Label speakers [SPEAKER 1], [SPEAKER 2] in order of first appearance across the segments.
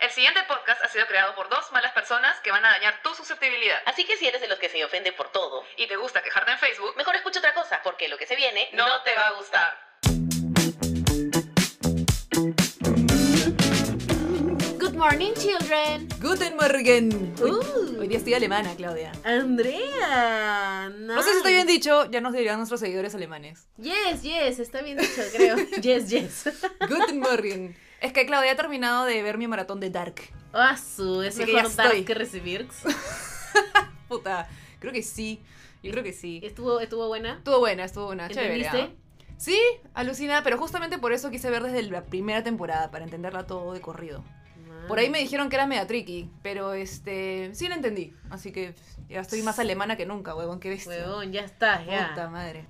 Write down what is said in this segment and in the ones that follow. [SPEAKER 1] El siguiente podcast ha sido creado por dos malas personas que van a dañar tu susceptibilidad.
[SPEAKER 2] Así que si eres de los que se ofende por todo,
[SPEAKER 1] Y te gusta quejarte en Facebook,
[SPEAKER 2] mejor escucha otra cosa, porque lo que se viene
[SPEAKER 1] no, te va a gustar.
[SPEAKER 3] Good morning, children.
[SPEAKER 4] Guten Morgen. Uy,
[SPEAKER 3] Uh.
[SPEAKER 4] hoy día estoy alemana, Claudia.
[SPEAKER 3] Andrea.
[SPEAKER 4] No sé si está bien dicho, ya nos dirán nuestros seguidores alemanes.
[SPEAKER 3] Yes, yes, está bien dicho, creo. yes, yes.
[SPEAKER 4] Guten Morgen. Es que Claudia ha terminado de ver mi maratón de Dark.
[SPEAKER 3] Ah, su, es
[SPEAKER 4] Así que ya
[SPEAKER 3] mejor dar
[SPEAKER 4] estoy.
[SPEAKER 3] que recibir.
[SPEAKER 4] Puta, creo que sí. Yo creo que sí.
[SPEAKER 3] Estuvo, estuvo buena.
[SPEAKER 4] Estuvo buena, estuvo buena, chévere. ¿ah?
[SPEAKER 3] ¿Entendiste?
[SPEAKER 4] Sí, alucina, pero justamente por eso quise ver desde la primera temporada, para entenderla todo de corrido. ah. Por
[SPEAKER 3] Mm.
[SPEAKER 4] ahí me dijeron que era media tricky, pero este, sí la entendí. Así que ya estoy más alemana que nunca, huevón, qué bestia.
[SPEAKER 3] Huevón, ya está,
[SPEAKER 4] Puta
[SPEAKER 3] ya.
[SPEAKER 4] madre.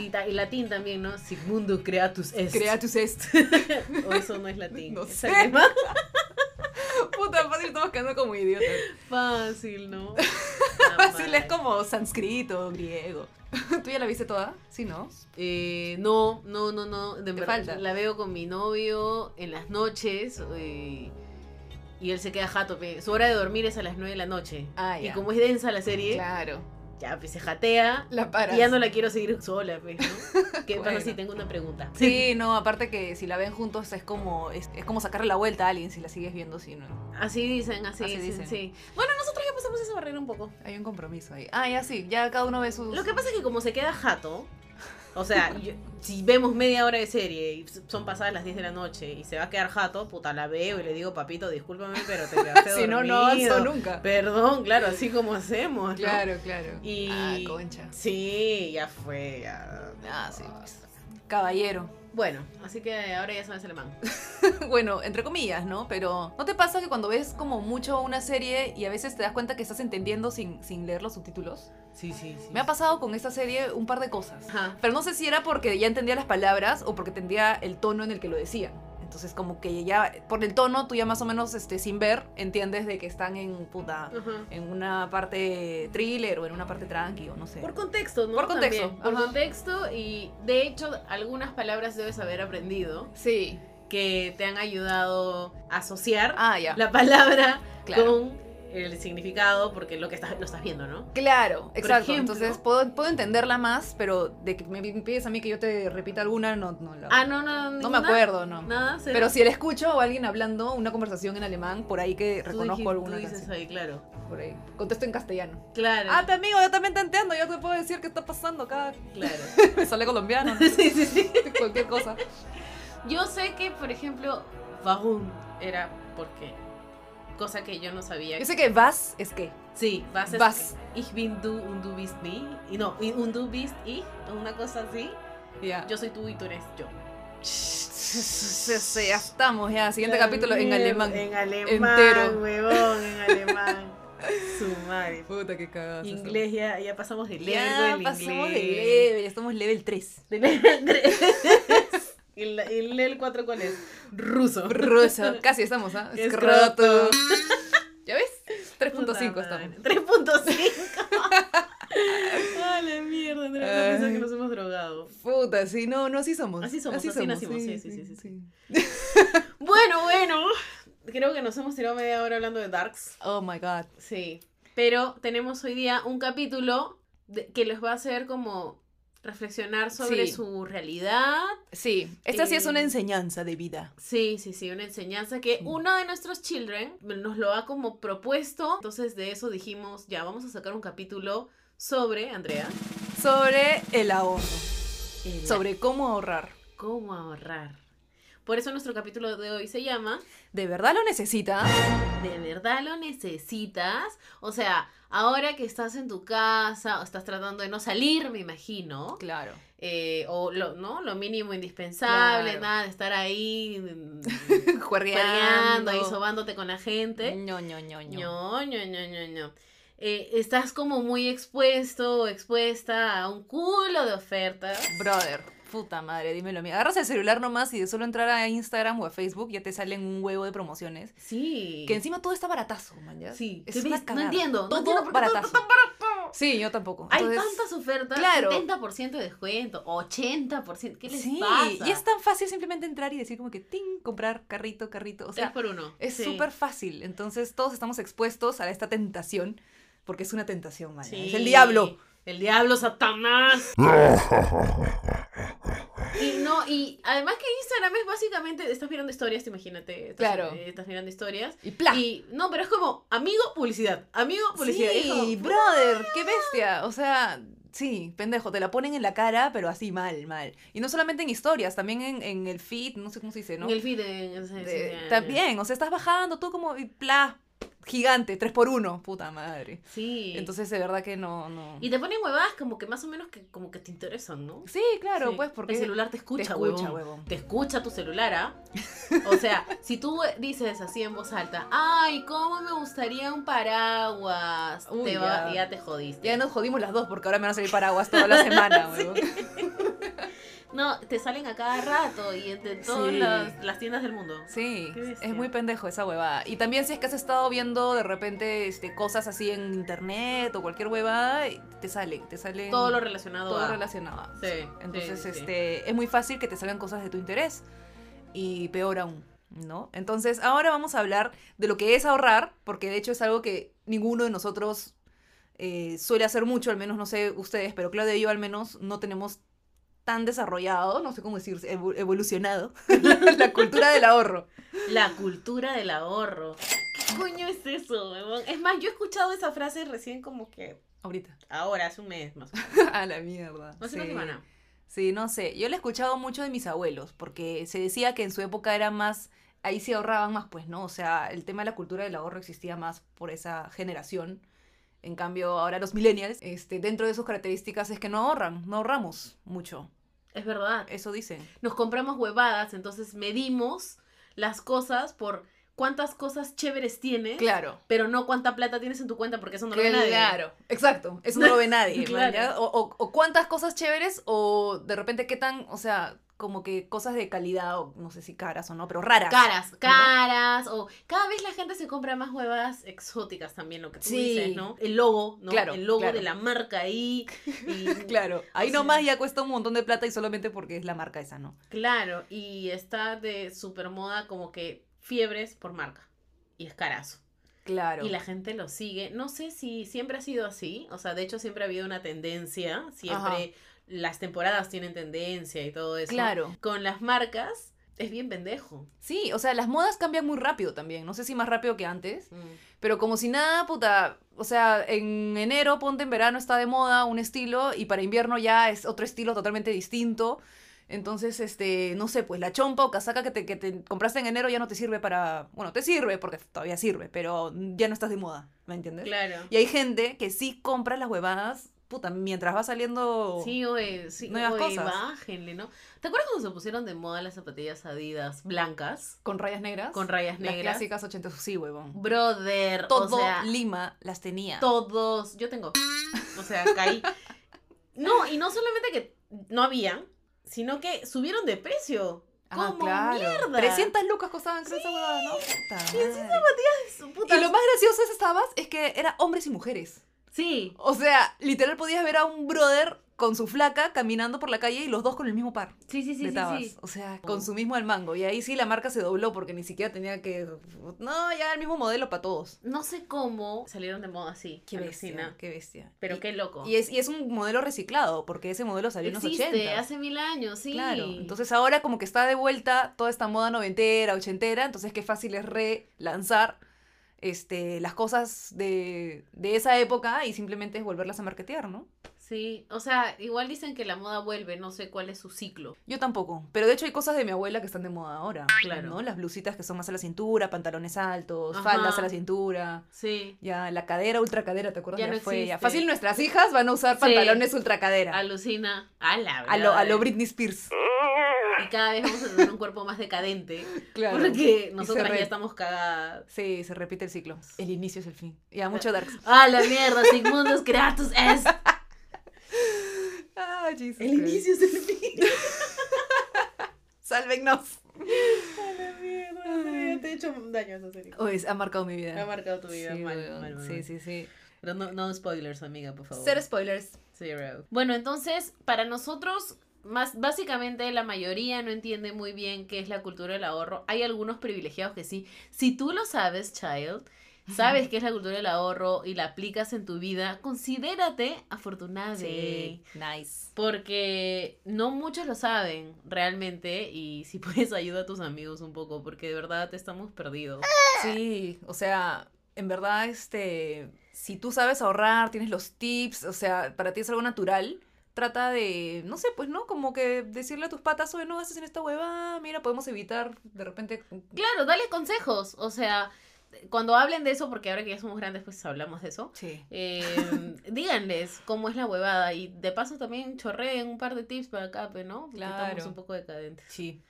[SPEAKER 3] Y, ta- y latín también, ¿no? Sigmundo creatus est.
[SPEAKER 4] Crea tus est.
[SPEAKER 3] O eso no es latín.
[SPEAKER 4] No
[SPEAKER 3] es
[SPEAKER 4] sé.
[SPEAKER 3] alemán.
[SPEAKER 4] Puta, fácil estamos quedando como idiotas.
[SPEAKER 3] Fácil, ¿no?
[SPEAKER 4] Fácil es
[SPEAKER 3] Amar.
[SPEAKER 4] como sánscrito, griego. ¿Tú ya la viste toda? Sí, ¿no?
[SPEAKER 3] Eh, no, no, no, no. De verdad,
[SPEAKER 4] falta.
[SPEAKER 3] La veo con mi novio en las noches eh, y él se queda jato. pe. Su hora de dormir es a las 9 de la noche.
[SPEAKER 4] Ah,
[SPEAKER 3] Y como es densa la serie,
[SPEAKER 4] Claro.
[SPEAKER 3] ya pues, se jatea.
[SPEAKER 4] La paras.
[SPEAKER 3] Y ya no la quiero seguir sola. pe, ¿no? ¿Qué
[SPEAKER 4] Bueno.
[SPEAKER 3] pasa si tengo una pregunta?
[SPEAKER 4] Sí, no, aparte que si la ven juntos es como es, es como sacarle la vuelta a alguien si la sigues viendo, si no.
[SPEAKER 3] Así dicen, así,
[SPEAKER 4] Así
[SPEAKER 3] dicen.
[SPEAKER 4] dicen.
[SPEAKER 3] sí. Bueno, nosotros ya pasamos esa barrera un poco.
[SPEAKER 4] Hay un compromiso ahí. Ah, ya sí, ya cada uno ve sus...
[SPEAKER 3] Lo que pasa es que como se queda jato, o sea, yo- si vemos media hora de serie y s- son pasadas las 10 de la noche y se va a quedar jato, puta, la veo y le digo, papito, discúlpame, pero te quedaste
[SPEAKER 4] si no, no
[SPEAKER 3] dormido".
[SPEAKER 4] avanzó nunca.
[SPEAKER 3] Perdón, claro, así como hacemos, ¿no?
[SPEAKER 4] Claro, claro.
[SPEAKER 3] Y-
[SPEAKER 4] Ah, concha.
[SPEAKER 3] Sí, ya fue, ya.
[SPEAKER 4] Ah, sí, pues. Caballero.
[SPEAKER 3] Bueno, así que ahora ya sabes alemán.
[SPEAKER 4] Bueno, entre comillas, ¿no? Pero ¿no te pasa que cuando ves como mucho una serie y a veces te das cuenta que estás entendiendo sin, sin leer los subtítulos?
[SPEAKER 3] Sí, sí, sí.
[SPEAKER 4] Me ha pasado con esta serie un par de cosas.
[SPEAKER 3] Ajá.
[SPEAKER 4] Pero no sé si era porque ya entendía las palabras o porque entendía el tono en el que lo decían. Entonces como que ya por el tono tú ya más o menos este, sin ver entiendes de que están en puta
[SPEAKER 3] Ajá.
[SPEAKER 4] en una parte thriller o en una parte tranqui o no sé.
[SPEAKER 3] Por contexto, ¿no?
[SPEAKER 4] Por contexto,
[SPEAKER 3] También, Por
[SPEAKER 4] ajá.
[SPEAKER 3] contexto y de hecho algunas palabras debes haber aprendido
[SPEAKER 4] Sí.
[SPEAKER 3] que te han ayudado a asociar
[SPEAKER 4] Ah, ya.
[SPEAKER 3] la palabra
[SPEAKER 4] Claro.
[SPEAKER 3] con el significado, porque lo que estás, lo estás viendo, ¿no?
[SPEAKER 4] Claro, exacto.
[SPEAKER 3] ejemplo-
[SPEAKER 4] Entonces puedo, puedo entenderla más, pero de que me pides a mí que yo te repita alguna, no, no la-
[SPEAKER 3] Ah, no, no,
[SPEAKER 4] no me
[SPEAKER 3] ninguna,
[SPEAKER 4] acuerdo, no.
[SPEAKER 3] Nada, cero.
[SPEAKER 4] Pero si la escucho o alguien hablando una conversación en alemán, por ahí que
[SPEAKER 3] Tú
[SPEAKER 4] reconozco
[SPEAKER 3] dijiste-
[SPEAKER 4] alguna
[SPEAKER 3] Tú dices
[SPEAKER 4] canción.
[SPEAKER 3] ahí, claro.
[SPEAKER 4] Por ahí. Contesto en castellano.
[SPEAKER 3] Claro.
[SPEAKER 4] Ah, te amigo, yo también te entiendo, yo te puedo decir qué está pasando acá.
[SPEAKER 3] claro.
[SPEAKER 4] Me sale colombiano, ¿no?
[SPEAKER 3] sí, sí, sí.
[SPEAKER 4] cualquier cosa.
[SPEAKER 3] Yo sé que, por ejemplo, Vagún era porque. Cosa que yo no sabía.
[SPEAKER 4] Yo sé que vas es que.
[SPEAKER 3] Sí, vas. es-
[SPEAKER 4] Vas.
[SPEAKER 3] Ich bin du und du bist ni. Y no, y un du bist ich. Una cosa así.
[SPEAKER 4] Ya.
[SPEAKER 3] Yo soy tú y tú eres yo.
[SPEAKER 4] Sí, sí, ya estamos, ya. Siguiente
[SPEAKER 3] La
[SPEAKER 4] capítulo en
[SPEAKER 3] mierda,
[SPEAKER 4] alemán.
[SPEAKER 3] En alemán,
[SPEAKER 4] Entero.
[SPEAKER 3] huevón, en alemán. Su madre.
[SPEAKER 4] Puta, qué cagada.
[SPEAKER 3] Inglés, ya, ya pasamos de level.
[SPEAKER 4] Ya
[SPEAKER 3] del
[SPEAKER 4] pasamos de
[SPEAKER 3] inglés.
[SPEAKER 4] leve, ya estamos level 3.
[SPEAKER 3] De level tres. ¿Y la- y el level 4 cuál es? Ruso.
[SPEAKER 4] Ruso. Casi estamos, ¿ah?
[SPEAKER 3] Escroto.
[SPEAKER 4] ¿Ya ves? 3.5 estamos.
[SPEAKER 3] 3.5. A la mierda, no pensar que nos hemos drogado.
[SPEAKER 4] Puta, sí, no, no, así somos.
[SPEAKER 3] Así somos, así nacimos, sí, sí, sí, sí,
[SPEAKER 4] sí.
[SPEAKER 3] Bueno, bueno. Creo que nos hemos tirado media hora hablando de Darks.
[SPEAKER 4] Oh my god.
[SPEAKER 3] Sí. Pero tenemos hoy día un capítulo de- que los va a hacer como reflexionar sobre
[SPEAKER 4] Sí.
[SPEAKER 3] su realidad.
[SPEAKER 4] Sí, esta sí es una
[SPEAKER 3] Eh,
[SPEAKER 4] enseñanza de vida.
[SPEAKER 3] Sí, sí, sí, una enseñanza que
[SPEAKER 4] Sí.
[SPEAKER 3] uno de nuestros children nos lo ha como propuesto. Entonces de eso dijimos, ya vamos a sacar un capítulo sobre, Andrea,
[SPEAKER 4] Sobre el ahorro,
[SPEAKER 3] el
[SPEAKER 4] sobre cómo ahorrar.
[SPEAKER 3] Eh, cómo ahorrar. Por eso nuestro capítulo de hoy se llama
[SPEAKER 4] ¿De verdad lo necesita?
[SPEAKER 3] ¿De verdad lo necesitas? O sea, ahora que estás en tu casa o estás tratando de no salir, me imagino,
[SPEAKER 4] Claro.
[SPEAKER 3] eh, o lo, ¿no? lo mínimo indispensable,
[SPEAKER 4] Claro.
[SPEAKER 3] nada de estar ahí mm, peleando,
[SPEAKER 4] Juerreando.
[SPEAKER 3] ahí sobándote con la gente.
[SPEAKER 4] ño, ño, ño, ño.
[SPEAKER 3] No, no, no, no, no. Eh, estás como muy expuesto o expuesta a un culo de ofertas.
[SPEAKER 4] Brother, puta madre, dímelo a mí. Agarras el celular nomás y de solo entrar a Instagram o a Facebook ya te salen un huevo de promociones.
[SPEAKER 3] Sí.
[SPEAKER 4] Que encima todo está baratazo, man. ¿ya?
[SPEAKER 3] Sí.
[SPEAKER 4] Es
[SPEAKER 3] ¿Qué
[SPEAKER 4] una
[SPEAKER 3] ves? No
[SPEAKER 4] cagada.
[SPEAKER 3] entiendo, no
[SPEAKER 4] Todo
[SPEAKER 3] entiendo por qué todo
[SPEAKER 4] baratazo. Sí, yo tampoco.
[SPEAKER 3] Hay
[SPEAKER 4] Entonces-
[SPEAKER 3] tantas ofertas,
[SPEAKER 4] claro.
[SPEAKER 3] 70% de descuento, 80%, ¿qué les
[SPEAKER 4] Sí,
[SPEAKER 3] pasa?
[SPEAKER 4] y es tan fácil simplemente entrar y decir como que ting, comprar carrito, carrito. O
[SPEAKER 3] Tres
[SPEAKER 4] sea,
[SPEAKER 3] por uno.
[SPEAKER 4] es
[SPEAKER 3] Sí.
[SPEAKER 4] súper fácil. Entonces todos estamos expuestos a esta tentación. Porque es una tentación, man.
[SPEAKER 3] Sí.
[SPEAKER 4] Es el diablo.
[SPEAKER 3] El diablo, Satanás. y no, y además que Instagram es básicamente, estás mirando historias, te imagínate. estás-
[SPEAKER 4] Claro.
[SPEAKER 3] eh, estás mirando historias.
[SPEAKER 4] Y pla.
[SPEAKER 3] Y no, pero es como amigo publicidad, amigo publicidad. Y es como,
[SPEAKER 4] Sí, brother, qué bestia. O sea, sí, pendejo, te la ponen en la cara, pero así mal, mal. Y no solamente en historias, también en, en el feed, no sé cómo se dice, ¿no?
[SPEAKER 3] En el feed. en- en- en-
[SPEAKER 4] De-
[SPEAKER 3] en-
[SPEAKER 4] también, o sea, estás bajando tú como y pla, gigante, 3 por 1 puta madre.
[SPEAKER 3] Sí.
[SPEAKER 4] Entonces, de verdad que no, no.
[SPEAKER 3] y te ponen huevadas como que más o menos que, como que te interesan, ¿no?
[SPEAKER 4] Sí, claro,
[SPEAKER 3] Sí.
[SPEAKER 4] pues porque
[SPEAKER 3] El celular te
[SPEAKER 4] te
[SPEAKER 3] escucha,
[SPEAKER 4] escucha,
[SPEAKER 3] huevón.
[SPEAKER 4] huevón.
[SPEAKER 3] Te escucha tu celular, ¿ah? O sea, si tú dices así en voz alta, ay, cómo me gustaría un paraguas,
[SPEAKER 4] Uy,
[SPEAKER 3] te va-
[SPEAKER 4] ya.
[SPEAKER 3] ya. te jodiste.
[SPEAKER 4] Ya nos jodimos las dos porque ahora me van a salir paraguas toda la semana, huevón.
[SPEAKER 3] No, te salen a cada rato y en de todas
[SPEAKER 4] Sí.
[SPEAKER 3] las, las tiendas del mundo.
[SPEAKER 4] Sí,
[SPEAKER 3] Qué bestia.
[SPEAKER 4] es muy pendejo esa huevada. Y también si es que has estado viendo de repente este, cosas así en internet o cualquier huevada, y te salen, te salen
[SPEAKER 3] Todo lo relacionado
[SPEAKER 4] todo
[SPEAKER 3] a...
[SPEAKER 4] relacionado.
[SPEAKER 3] Sí, sí,
[SPEAKER 4] Entonces,
[SPEAKER 3] sí, sí.
[SPEAKER 4] este, es muy fácil que te salgan cosas de tu interés. Y peor aún, ¿no? Entonces, ahora vamos a hablar de lo que es ahorrar, porque de hecho es algo que ninguno de nosotros eh, suele hacer mucho, al menos no sé ustedes, pero Claudia y yo al menos no tenemos tan desarrollado, no sé cómo decir, evo- evolucionado, la, la cultura del ahorro.
[SPEAKER 3] La cultura del ahorro. ¿Qué coño es eso, huevón? Es más, yo he escuchado esa frase recién como que
[SPEAKER 4] Ahorita.
[SPEAKER 3] ahora, hace un mes más o menos.
[SPEAKER 4] A la mierda.
[SPEAKER 3] Hace una
[SPEAKER 4] Sí.
[SPEAKER 3] semana.
[SPEAKER 4] Sí, no sé. Yo lo he escuchado mucho de mis abuelos, porque se decía que en su época era más, ahí se ahorraban más, pues, ¿no? O sea, el tema de la cultura del ahorro existía más por esa generación. En cambio, ahora los millennials, este, dentro de sus características es que no ahorran, no ahorramos mucho.
[SPEAKER 3] Es verdad.
[SPEAKER 4] Eso dicen.
[SPEAKER 3] Nos compramos huevadas, entonces medimos las cosas por cuántas cosas chéveres tienes.
[SPEAKER 4] Claro.
[SPEAKER 3] Pero no cuánta plata tienes en tu cuenta porque eso ¿Eh? no lo ve nadie.
[SPEAKER 4] Claro, exacto, eso no lo ve nadie.
[SPEAKER 3] Claro.
[SPEAKER 4] man, ¿ya? O, o- o cuántas cosas chéveres o de repente qué tan, o sea, como que cosas de calidad o no sé si caras o no, pero raras.
[SPEAKER 3] Caras, caras, o cada vez la gente se compra más huevas exóticas también, lo que tú
[SPEAKER 4] Sí.
[SPEAKER 3] dices, ¿no? El logo, ¿no?
[SPEAKER 4] Claro,
[SPEAKER 3] el logo
[SPEAKER 4] claro.
[SPEAKER 3] de la marca ahí. y-
[SPEAKER 4] Claro, ahí
[SPEAKER 3] sea-
[SPEAKER 4] nomás ya cuesta un montón de plata y solamente porque es la marca esa, ¿no?
[SPEAKER 3] Claro, y está de super moda como que fiebres por marca. Y es carazo.
[SPEAKER 4] Claro.
[SPEAKER 3] Y la gente lo sigue. No sé si siempre ha sido así. O sea, de hecho siempre ha habido una tendencia. Siempre
[SPEAKER 4] Ajá.
[SPEAKER 3] las temporadas tienen tendencia y todo eso.
[SPEAKER 4] Claro.
[SPEAKER 3] Con las marcas es bien pendejo.
[SPEAKER 4] Sí, o sea, las modas cambian muy rápido también. No sé si más rápido que antes, pero como si nada, puta. O sea, en enero, ponte en verano, está de moda un estilo y para invierno ya es otro estilo totalmente distinto. Entonces, este, no sé, pues la chompa o casaca que te, que te compraste en enero ya no te sirve para. Bueno, te sirve porque todavía sirve, pero ya no estás de moda, ¿me entiendes?
[SPEAKER 3] Claro.
[SPEAKER 4] Y hay gente que sí compra las huevadas, puta, mientras va saliendo.
[SPEAKER 3] Sí, oye, sí,
[SPEAKER 4] Nuevas
[SPEAKER 3] oye,
[SPEAKER 4] cosas.
[SPEAKER 3] bájenle, ¿no? ¿Te acuerdas cuando se pusieron de moda las zapatillas Adidas blancas
[SPEAKER 4] Con rayas negras.
[SPEAKER 3] con rayas
[SPEAKER 4] Las
[SPEAKER 3] negras?
[SPEAKER 4] clásicas 80 sí, huevón.
[SPEAKER 3] Brother,
[SPEAKER 4] Todo
[SPEAKER 3] o sea,
[SPEAKER 4] Lima las tenía.
[SPEAKER 3] todos, yo tengo, o sea, caí. No, y no solamente que no había, sino que subieron de precio.
[SPEAKER 4] Ah,
[SPEAKER 3] ¿Cómo mierda?
[SPEAKER 4] 300 lucas costaban, creo, esa huevada, ¿no? Puta madre.
[SPEAKER 3] Su puta-
[SPEAKER 4] Y lo más gracioso de esas babas es que era hombres y mujeres.
[SPEAKER 3] Sí,
[SPEAKER 4] O sea, literal podías ver a un brother con su flaca caminando por la calle y los dos con el mismo par
[SPEAKER 3] sí, sí, sí,
[SPEAKER 4] de
[SPEAKER 3] sí,
[SPEAKER 4] tabas.
[SPEAKER 3] sí. Oh.
[SPEAKER 4] O sea, con su mismo al mango. Y ahí sí la marca se dobló porque ni siquiera tenía que. No, ya el mismo modelo para todos.
[SPEAKER 3] No sé cómo salieron de moda así,
[SPEAKER 4] Qué
[SPEAKER 3] alucina.
[SPEAKER 4] bestia, qué bestia.
[SPEAKER 3] Pero
[SPEAKER 4] y,
[SPEAKER 3] qué loco.
[SPEAKER 4] y es, y es un modelo reciclado porque ese modelo salió en los 80.
[SPEAKER 3] Existe hace mil años, sí.
[SPEAKER 4] Claro, entonces ahora como que está de vuelta toda esta moda noventera, ochentera, entonces qué fácil es relanzar este, las cosas de, de esa época y simplemente es volverlas a marketear, ¿no?
[SPEAKER 3] Sí, o sea, igual dicen que la moda vuelve, no sé cuál es su ciclo.
[SPEAKER 4] Yo tampoco, pero de hecho hay cosas de mi abuela que están de moda ahora,
[SPEAKER 3] Claro.
[SPEAKER 4] ¿no? Las blusitas que son más a la cintura, pantalones altos,
[SPEAKER 3] Ajá.
[SPEAKER 4] faldas a la cintura,
[SPEAKER 3] Sí,
[SPEAKER 4] ya la cadera, ultra cadera, ¿te acuerdas?
[SPEAKER 3] Ya no
[SPEAKER 4] fue, ya.
[SPEAKER 3] existe.
[SPEAKER 4] Fácil nuestras hijas van a usar
[SPEAKER 3] Sí.
[SPEAKER 4] pantalones ultra cadera,
[SPEAKER 3] alucina. A la
[SPEAKER 4] a lo, a lo
[SPEAKER 3] brother.
[SPEAKER 4] Britney Spears,
[SPEAKER 3] Y cada vez vamos a tener un cuerpo más decadente.
[SPEAKER 4] claro.
[SPEAKER 3] Porque
[SPEAKER 4] se
[SPEAKER 3] nosotras
[SPEAKER 4] re-
[SPEAKER 3] ya estamos cagadas.
[SPEAKER 4] Sí, se repite el ciclo. El inicio es el fin. Ya, mucho darks.
[SPEAKER 3] A Ah, la mierda, Sigmundus Kratos es.
[SPEAKER 4] Ah, Jesus
[SPEAKER 3] El
[SPEAKER 4] Christ.
[SPEAKER 3] inicio es el fin.
[SPEAKER 4] Sálvennos.
[SPEAKER 3] Mierda, te he hecho daño esa serie.
[SPEAKER 4] Uy, es- ha marcado mi vida.
[SPEAKER 3] Ha marcado tu vida
[SPEAKER 4] Sí,
[SPEAKER 3] mal,
[SPEAKER 4] weón.
[SPEAKER 3] mal, mal,
[SPEAKER 4] Sí,
[SPEAKER 3] mal.
[SPEAKER 4] sí, sí.
[SPEAKER 3] Pero no, no spoilers, amiga, por favor.
[SPEAKER 4] Ser spoilers.
[SPEAKER 3] Zero. Bueno, entonces, para nosotros, más básicamente la mayoría no entiende muy bien qué es la cultura del ahorro. Hay algunos privilegiados que sí. Si tú lo sabes, child, sabes qué es la cultura del ahorro y la aplicas en tu vida, considérate afortunada.
[SPEAKER 4] Nice.
[SPEAKER 3] Porque no muchos lo saben realmente y si puedes ayuda a tus amigos un poco porque de verdad estamos perdidos.
[SPEAKER 4] Sí, o sea, en verdad, este, si tú sabes ahorrar, tienes los tips, o sea, para ti es algo natural, trata de, no sé, pues no, como que decirle a tus patas, oye, no haces en esta hueva, mira, podemos evitar de repente...
[SPEAKER 3] Claro, dale consejos. O sea, cuando hablen de eso, porque ahora que ya somos grandes, pues hablamos de eso.
[SPEAKER 4] Sí.
[SPEAKER 3] eh, díganles cómo es la huevada y de paso también chorreen un par de tips para acá, pues, ¿no? Porque estamos
[SPEAKER 4] Claro.
[SPEAKER 3] un poco decadentes.
[SPEAKER 4] Sí.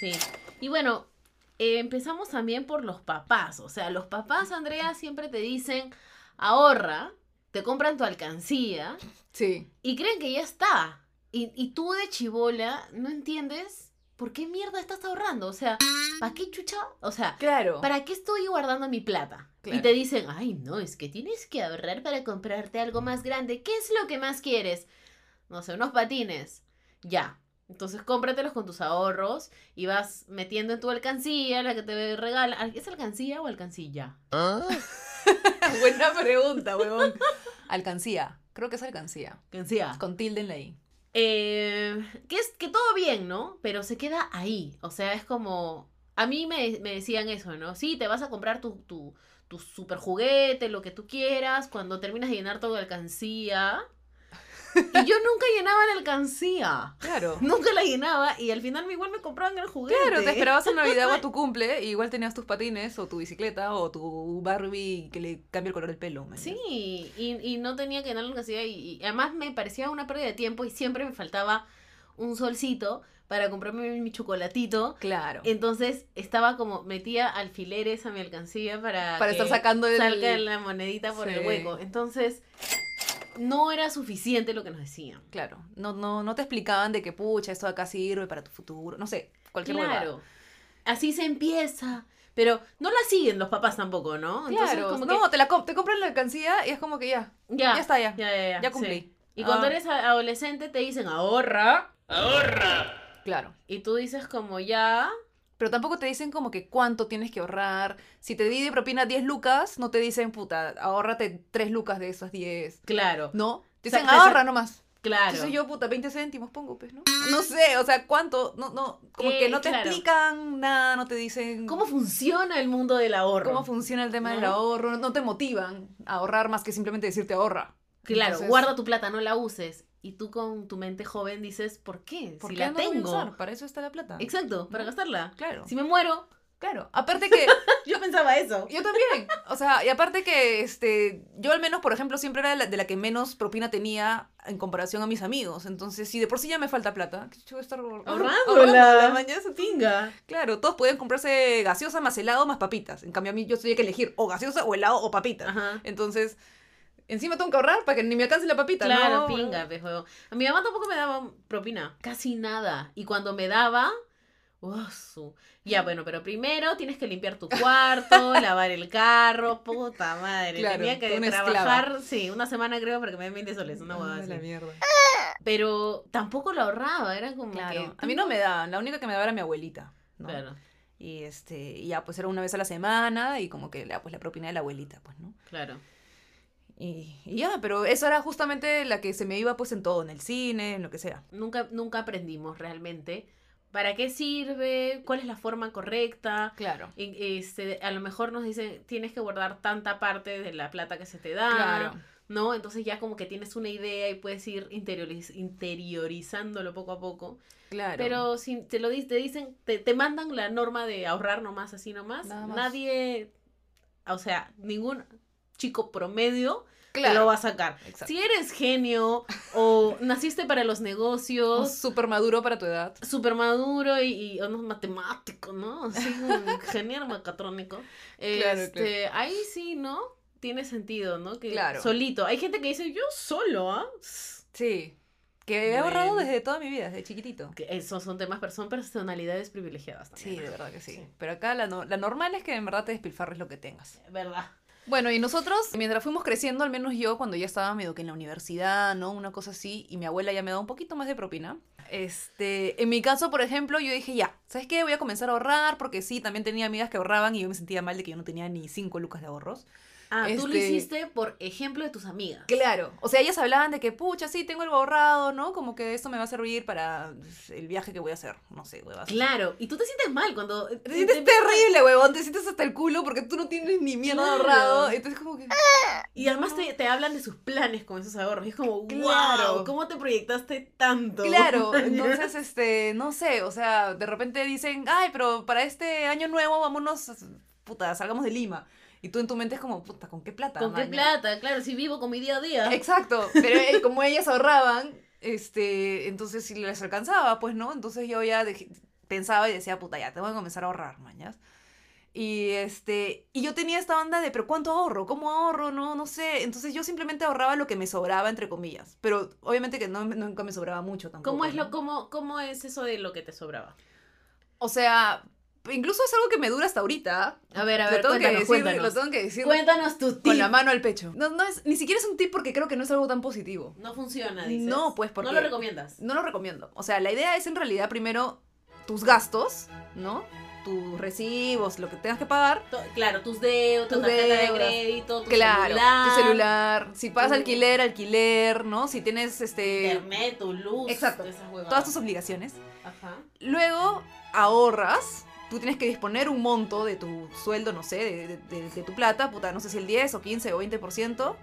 [SPEAKER 3] Sí. Y bueno, eh, empezamos también por los papás. O sea, los papás, Andrea, siempre te dicen, ahorra, te compran tu alcancía
[SPEAKER 4] Sí.
[SPEAKER 3] y creen que ya está. Y, y tú de chibola no entiendes por qué mierda estás ahorrando. O sea, ¿para qué chucha? O sea,
[SPEAKER 4] Claro.
[SPEAKER 3] ¿Para qué estoy guardando mi plata? Y
[SPEAKER 4] Claro.
[SPEAKER 3] te dicen, ay, no, es que tienes que ahorrar para comprarte algo más grande. ¿Qué es lo que más quieres? No sé, unos patines. Ya. Entonces cómpratelos con tus ahorros y vas metiendo en tu alcancía, la que te regala. ¿Al- ¿Es alcancía o alcancilla?
[SPEAKER 4] Buena pregunta, huevón. Alcancía. Creo que es alcancía.
[SPEAKER 3] Alcancía.
[SPEAKER 4] Con tilde en la I.
[SPEAKER 3] Eh, que es que todo bien, ¿no? Pero se queda ahí. O sea, es como. A mí me, me decían eso, ¿no? Sí, te vas a comprar tu, tu, tu super juguete, lo que tú quieras, cuando terminas de llenar toda la alcancía. Y yo nunca llenaba la alcancía.
[SPEAKER 4] Claro.
[SPEAKER 3] Nunca la llenaba y al final igual me compraban el juguete.
[SPEAKER 4] Claro, te esperabas a Navidad o a tu cumple, y igual tenías tus patines, o tu bicicleta, o tu Barbie que le cambia el color del pelo. man.
[SPEAKER 3] Sí, y, y no tenía que ganar la universidad y, y además me parecía una pérdida de tiempo y siempre me faltaba un solcito para comprarme mi chocolatito.
[SPEAKER 4] Claro.
[SPEAKER 3] Entonces estaba como, metía alfileres a mi alcancía para,
[SPEAKER 4] Para
[SPEAKER 3] que
[SPEAKER 4] estar sacando el.
[SPEAKER 3] salga la monedita por el
[SPEAKER 4] Sí.
[SPEAKER 3] hueco. Entonces, no era suficiente lo que nos decían.
[SPEAKER 4] Claro. No, no, no te explicaban de que pucha, esto de acá sirve para tu futuro. No sé, cualquier
[SPEAKER 3] Claro.
[SPEAKER 4] huevada.
[SPEAKER 3] Así se empieza. Pero no la siguen los papás tampoco, ¿no? Entonces,
[SPEAKER 4] Claro.
[SPEAKER 3] como
[SPEAKER 4] no, te, la com- te compran la alcancía y es como que ya.
[SPEAKER 3] que ya,
[SPEAKER 4] Ya está, ya. Ya,
[SPEAKER 3] ya, ya, ya, sí.
[SPEAKER 4] cumplí.
[SPEAKER 3] Y cuando
[SPEAKER 4] Ah.
[SPEAKER 3] eres a- adolescente te dicen ahorra.
[SPEAKER 4] Claro.
[SPEAKER 3] Y tú dices como ya.
[SPEAKER 4] Pero tampoco te dicen como que cuánto tienes que ahorrar. Si te di de propina 10 lucas, no te dicen, puta, ahórrate 3 lucas de esas 10.
[SPEAKER 3] Claro,
[SPEAKER 4] No, te
[SPEAKER 3] O sea,
[SPEAKER 4] dicen,
[SPEAKER 3] te sa-
[SPEAKER 4] ahorra nomás.
[SPEAKER 3] claro.
[SPEAKER 4] Entonces yo, puta, 20 céntimos pongo, pues, ¿no? No sé, o sea, cuánto, no, no, como
[SPEAKER 3] Eh,
[SPEAKER 4] que no te
[SPEAKER 3] claro.
[SPEAKER 4] explican nada, no te dicen
[SPEAKER 3] ¿Cómo funciona el mundo del ahorro?
[SPEAKER 4] cómo funciona el tema del
[SPEAKER 3] ¿No?
[SPEAKER 4] ahorro, no te motivan a ahorrar más que simplemente decirte ahorra.
[SPEAKER 3] Claro,
[SPEAKER 4] Entonces,
[SPEAKER 3] guarda tu plata, no la uses. Y tú con tu mente joven dices, ¿por qué?
[SPEAKER 4] ¿Por
[SPEAKER 3] si
[SPEAKER 4] qué
[SPEAKER 3] la
[SPEAKER 4] no la voy a
[SPEAKER 3] tengo.
[SPEAKER 4] usar? Para eso está la plata.
[SPEAKER 3] Exacto, para
[SPEAKER 4] ¿No?
[SPEAKER 3] gastarla.
[SPEAKER 4] Claro,
[SPEAKER 3] Si me muero,
[SPEAKER 4] claro. Aparte que
[SPEAKER 3] yo pensaba eso.
[SPEAKER 4] Yo también. O sea, y aparte que este, yo al menos, por ejemplo, siempre era de la, de la que menos propina tenía en comparación a mis amigos. Entonces, si de por sí ya me falta plata, ¿qué chucha voy a estar ahor-
[SPEAKER 3] Ahorrándola.
[SPEAKER 4] mañana?
[SPEAKER 3] Tinga.
[SPEAKER 4] Claro, todos podían comprarse gaseosa más helado más papitas. En cambio, a mí yo tenía que elegir o gaseosa o helado o papitas.
[SPEAKER 3] Ajá.
[SPEAKER 4] Entonces, encima tengo que ahorrar para que ni me alcance la papita.
[SPEAKER 3] Claro,
[SPEAKER 4] ¿no?
[SPEAKER 3] pinga, pe juego. A mi mamá tampoco me daba propina, casi nada. Y cuando me daba, ¡oh, su! ya bueno, pero primero tienes que limpiar tu cuarto, lavar el carro, puta madre.
[SPEAKER 4] Claro,
[SPEAKER 3] Tenía que
[SPEAKER 4] una esclava.
[SPEAKER 3] trabajar, sí, una semana creo para que me den 20 soles, una huevada
[SPEAKER 4] Ah, la
[SPEAKER 3] así.
[SPEAKER 4] mierda.
[SPEAKER 3] Pero tampoco lo ahorraba, era como
[SPEAKER 4] Claro.
[SPEAKER 3] que
[SPEAKER 4] A mí no me daban, la única que me daba era mi abuelita. ¿no?
[SPEAKER 3] Claro,
[SPEAKER 4] Y este, y ya pues era una vez a la semana y como que ya, pues la propina de la abuelita, pues, ¿no?
[SPEAKER 3] claro.
[SPEAKER 4] Y, y ya, pero esa era justamente la que se me iba pues en todo, en el cine, en lo que sea.
[SPEAKER 3] Nunca, nunca aprendimos realmente para qué sirve, cuál es la forma correcta.
[SPEAKER 4] Claro.
[SPEAKER 3] En- Este, a lo mejor nos dicen, tienes que guardar tanta parte de la plata que se te
[SPEAKER 4] Ah,
[SPEAKER 3] da,
[SPEAKER 4] Claro.
[SPEAKER 3] ¿no? Entonces ya como que tienes una idea y puedes ir interioriz- interiorizándolo poco a poco.
[SPEAKER 4] Claro.
[SPEAKER 3] Pero si te lo di- te dicen, te, te mandan la norma de ahorrar nomás, así nomás,
[SPEAKER 4] Nada más.
[SPEAKER 3] nadie, o sea, ningún chico promedio
[SPEAKER 4] claro.
[SPEAKER 3] te lo va a sacar.
[SPEAKER 4] Exacto.
[SPEAKER 3] Si eres genio o naciste para los
[SPEAKER 4] O
[SPEAKER 3] negocios,
[SPEAKER 4] súper maduro para tu edad.
[SPEAKER 3] súper maduro y, y o no, matemático, ¿no? Así un ingeniero mecatrónico.
[SPEAKER 4] Claro,
[SPEAKER 3] Este, Ahí sí, ¿no? Tiene sentido, ¿no? Que
[SPEAKER 4] Claro.
[SPEAKER 3] solito. Hay gente que dice, yo solo, ¿ah?
[SPEAKER 4] Sí. Que he
[SPEAKER 3] Bueno.
[SPEAKER 4] ahorrado desde toda mi vida, desde chiquitito.
[SPEAKER 3] Que Esos son temas, pero son personalidades privilegiadas
[SPEAKER 4] Sí,
[SPEAKER 3] también.
[SPEAKER 4] de verdad que sí. Pero acá la, no- la normal es que en verdad te despilfarres lo que tengas.
[SPEAKER 3] ¿Verdad?
[SPEAKER 4] Bueno, y nosotros, mientras fuimos creciendo, al menos yo, cuando ya estaba medio que en la universidad, ¿no? Una cosa así, y mi abuela ya me daba un poquito más de propina. Este, en mi caso, por ejemplo, yo dije, ya, ¿sabes qué? Voy a comenzar a ahorrar, porque sí, también tenía amigas que ahorraban y yo me sentía mal de que yo no tenía ni cinco lucas de ahorros.
[SPEAKER 3] Ah, tú lo
[SPEAKER 4] Este-
[SPEAKER 3] hiciste por ejemplo de tus amigas.
[SPEAKER 4] Claro. O sea, ellas hablaban de que, pucha, sí, tengo algo ahorrado, ¿no? Como que eso me va a servir para el viaje que voy a hacer. No sé, huevas.
[SPEAKER 3] Claro, y tú te sientes mal cuando...
[SPEAKER 4] Te sientes terrible, huevón. Te sientes hasta el culo porque tú no tienes ni mierda
[SPEAKER 3] Claro.
[SPEAKER 4] ahorrado. Entonces, como que.
[SPEAKER 3] Y además te, te hablan de sus planes con esos ahorros. Y es como,
[SPEAKER 4] Claro.
[SPEAKER 3] wow, ¿cómo te proyectaste tanto?
[SPEAKER 4] Claro, entonces, este, no sé, o sea, de repente dicen, ay, pero para este año nuevo vámonos, puta, salgamos de Lima. Y tú en tu mente es como, puta, ¿con qué plata?
[SPEAKER 3] ¿Con qué
[SPEAKER 4] maña?
[SPEAKER 3] plata? Claro, si vivo con mi día a día.
[SPEAKER 4] Exacto, pero eh, como ellas ahorraban, este, entonces si les alcanzaba, pues no, entonces yo ya dejé- pensaba y decía, puta, ya, tengo que comenzar a ahorrar, mañas. Y este, y yo tenía esta onda de, pero ¿cuánto ahorro? ¿Cómo ahorro? No, no sé. Entonces yo simplemente ahorraba lo que me sobraba, entre comillas. Pero obviamente que no, nunca me sobraba mucho tampoco.
[SPEAKER 3] ¿Cómo es,
[SPEAKER 4] ¿no?
[SPEAKER 3] lo, cómo, ¿Cómo es eso de lo que te sobraba?
[SPEAKER 4] O sea, incluso es algo que me dura hasta ahorita.
[SPEAKER 3] A ver, a
[SPEAKER 4] lo
[SPEAKER 3] ver,
[SPEAKER 4] tengo que
[SPEAKER 3] cuéntanos,
[SPEAKER 4] decir,
[SPEAKER 3] cuéntanos.
[SPEAKER 4] lo tengo que decir
[SPEAKER 3] Cuéntanos tu tip.
[SPEAKER 4] con la mano al pecho. No, no es, ni siquiera es un tip porque creo que no es algo tan positivo.
[SPEAKER 3] No funciona, dices.
[SPEAKER 4] No, pues, porque-
[SPEAKER 3] No lo recomiendas.
[SPEAKER 4] No lo recomiendo. O sea, la idea es en realidad primero tus gastos, ¿no? Tus recibos, lo que tengas que pagar.
[SPEAKER 3] To- Claro, tus deudas, tu
[SPEAKER 4] Tus
[SPEAKER 3] tarjeta de
[SPEAKER 4] deudas.
[SPEAKER 3] crédito, tu
[SPEAKER 4] Claro,
[SPEAKER 3] celular.
[SPEAKER 4] tu celular. Si pagas
[SPEAKER 3] tu-
[SPEAKER 4] alquiler, alquiler, ¿no? Si tienes este
[SPEAKER 3] Internet, tu luz.
[SPEAKER 4] Exacto.
[SPEAKER 3] Esas huevadas.
[SPEAKER 4] todas tus obligaciones.
[SPEAKER 3] Ajá.
[SPEAKER 4] Luego ahorras. Tú tienes que disponer un monto de tu sueldo, no sé, de, de- de- de tu plata, puta, no sé si el 10 o 15 o 20%.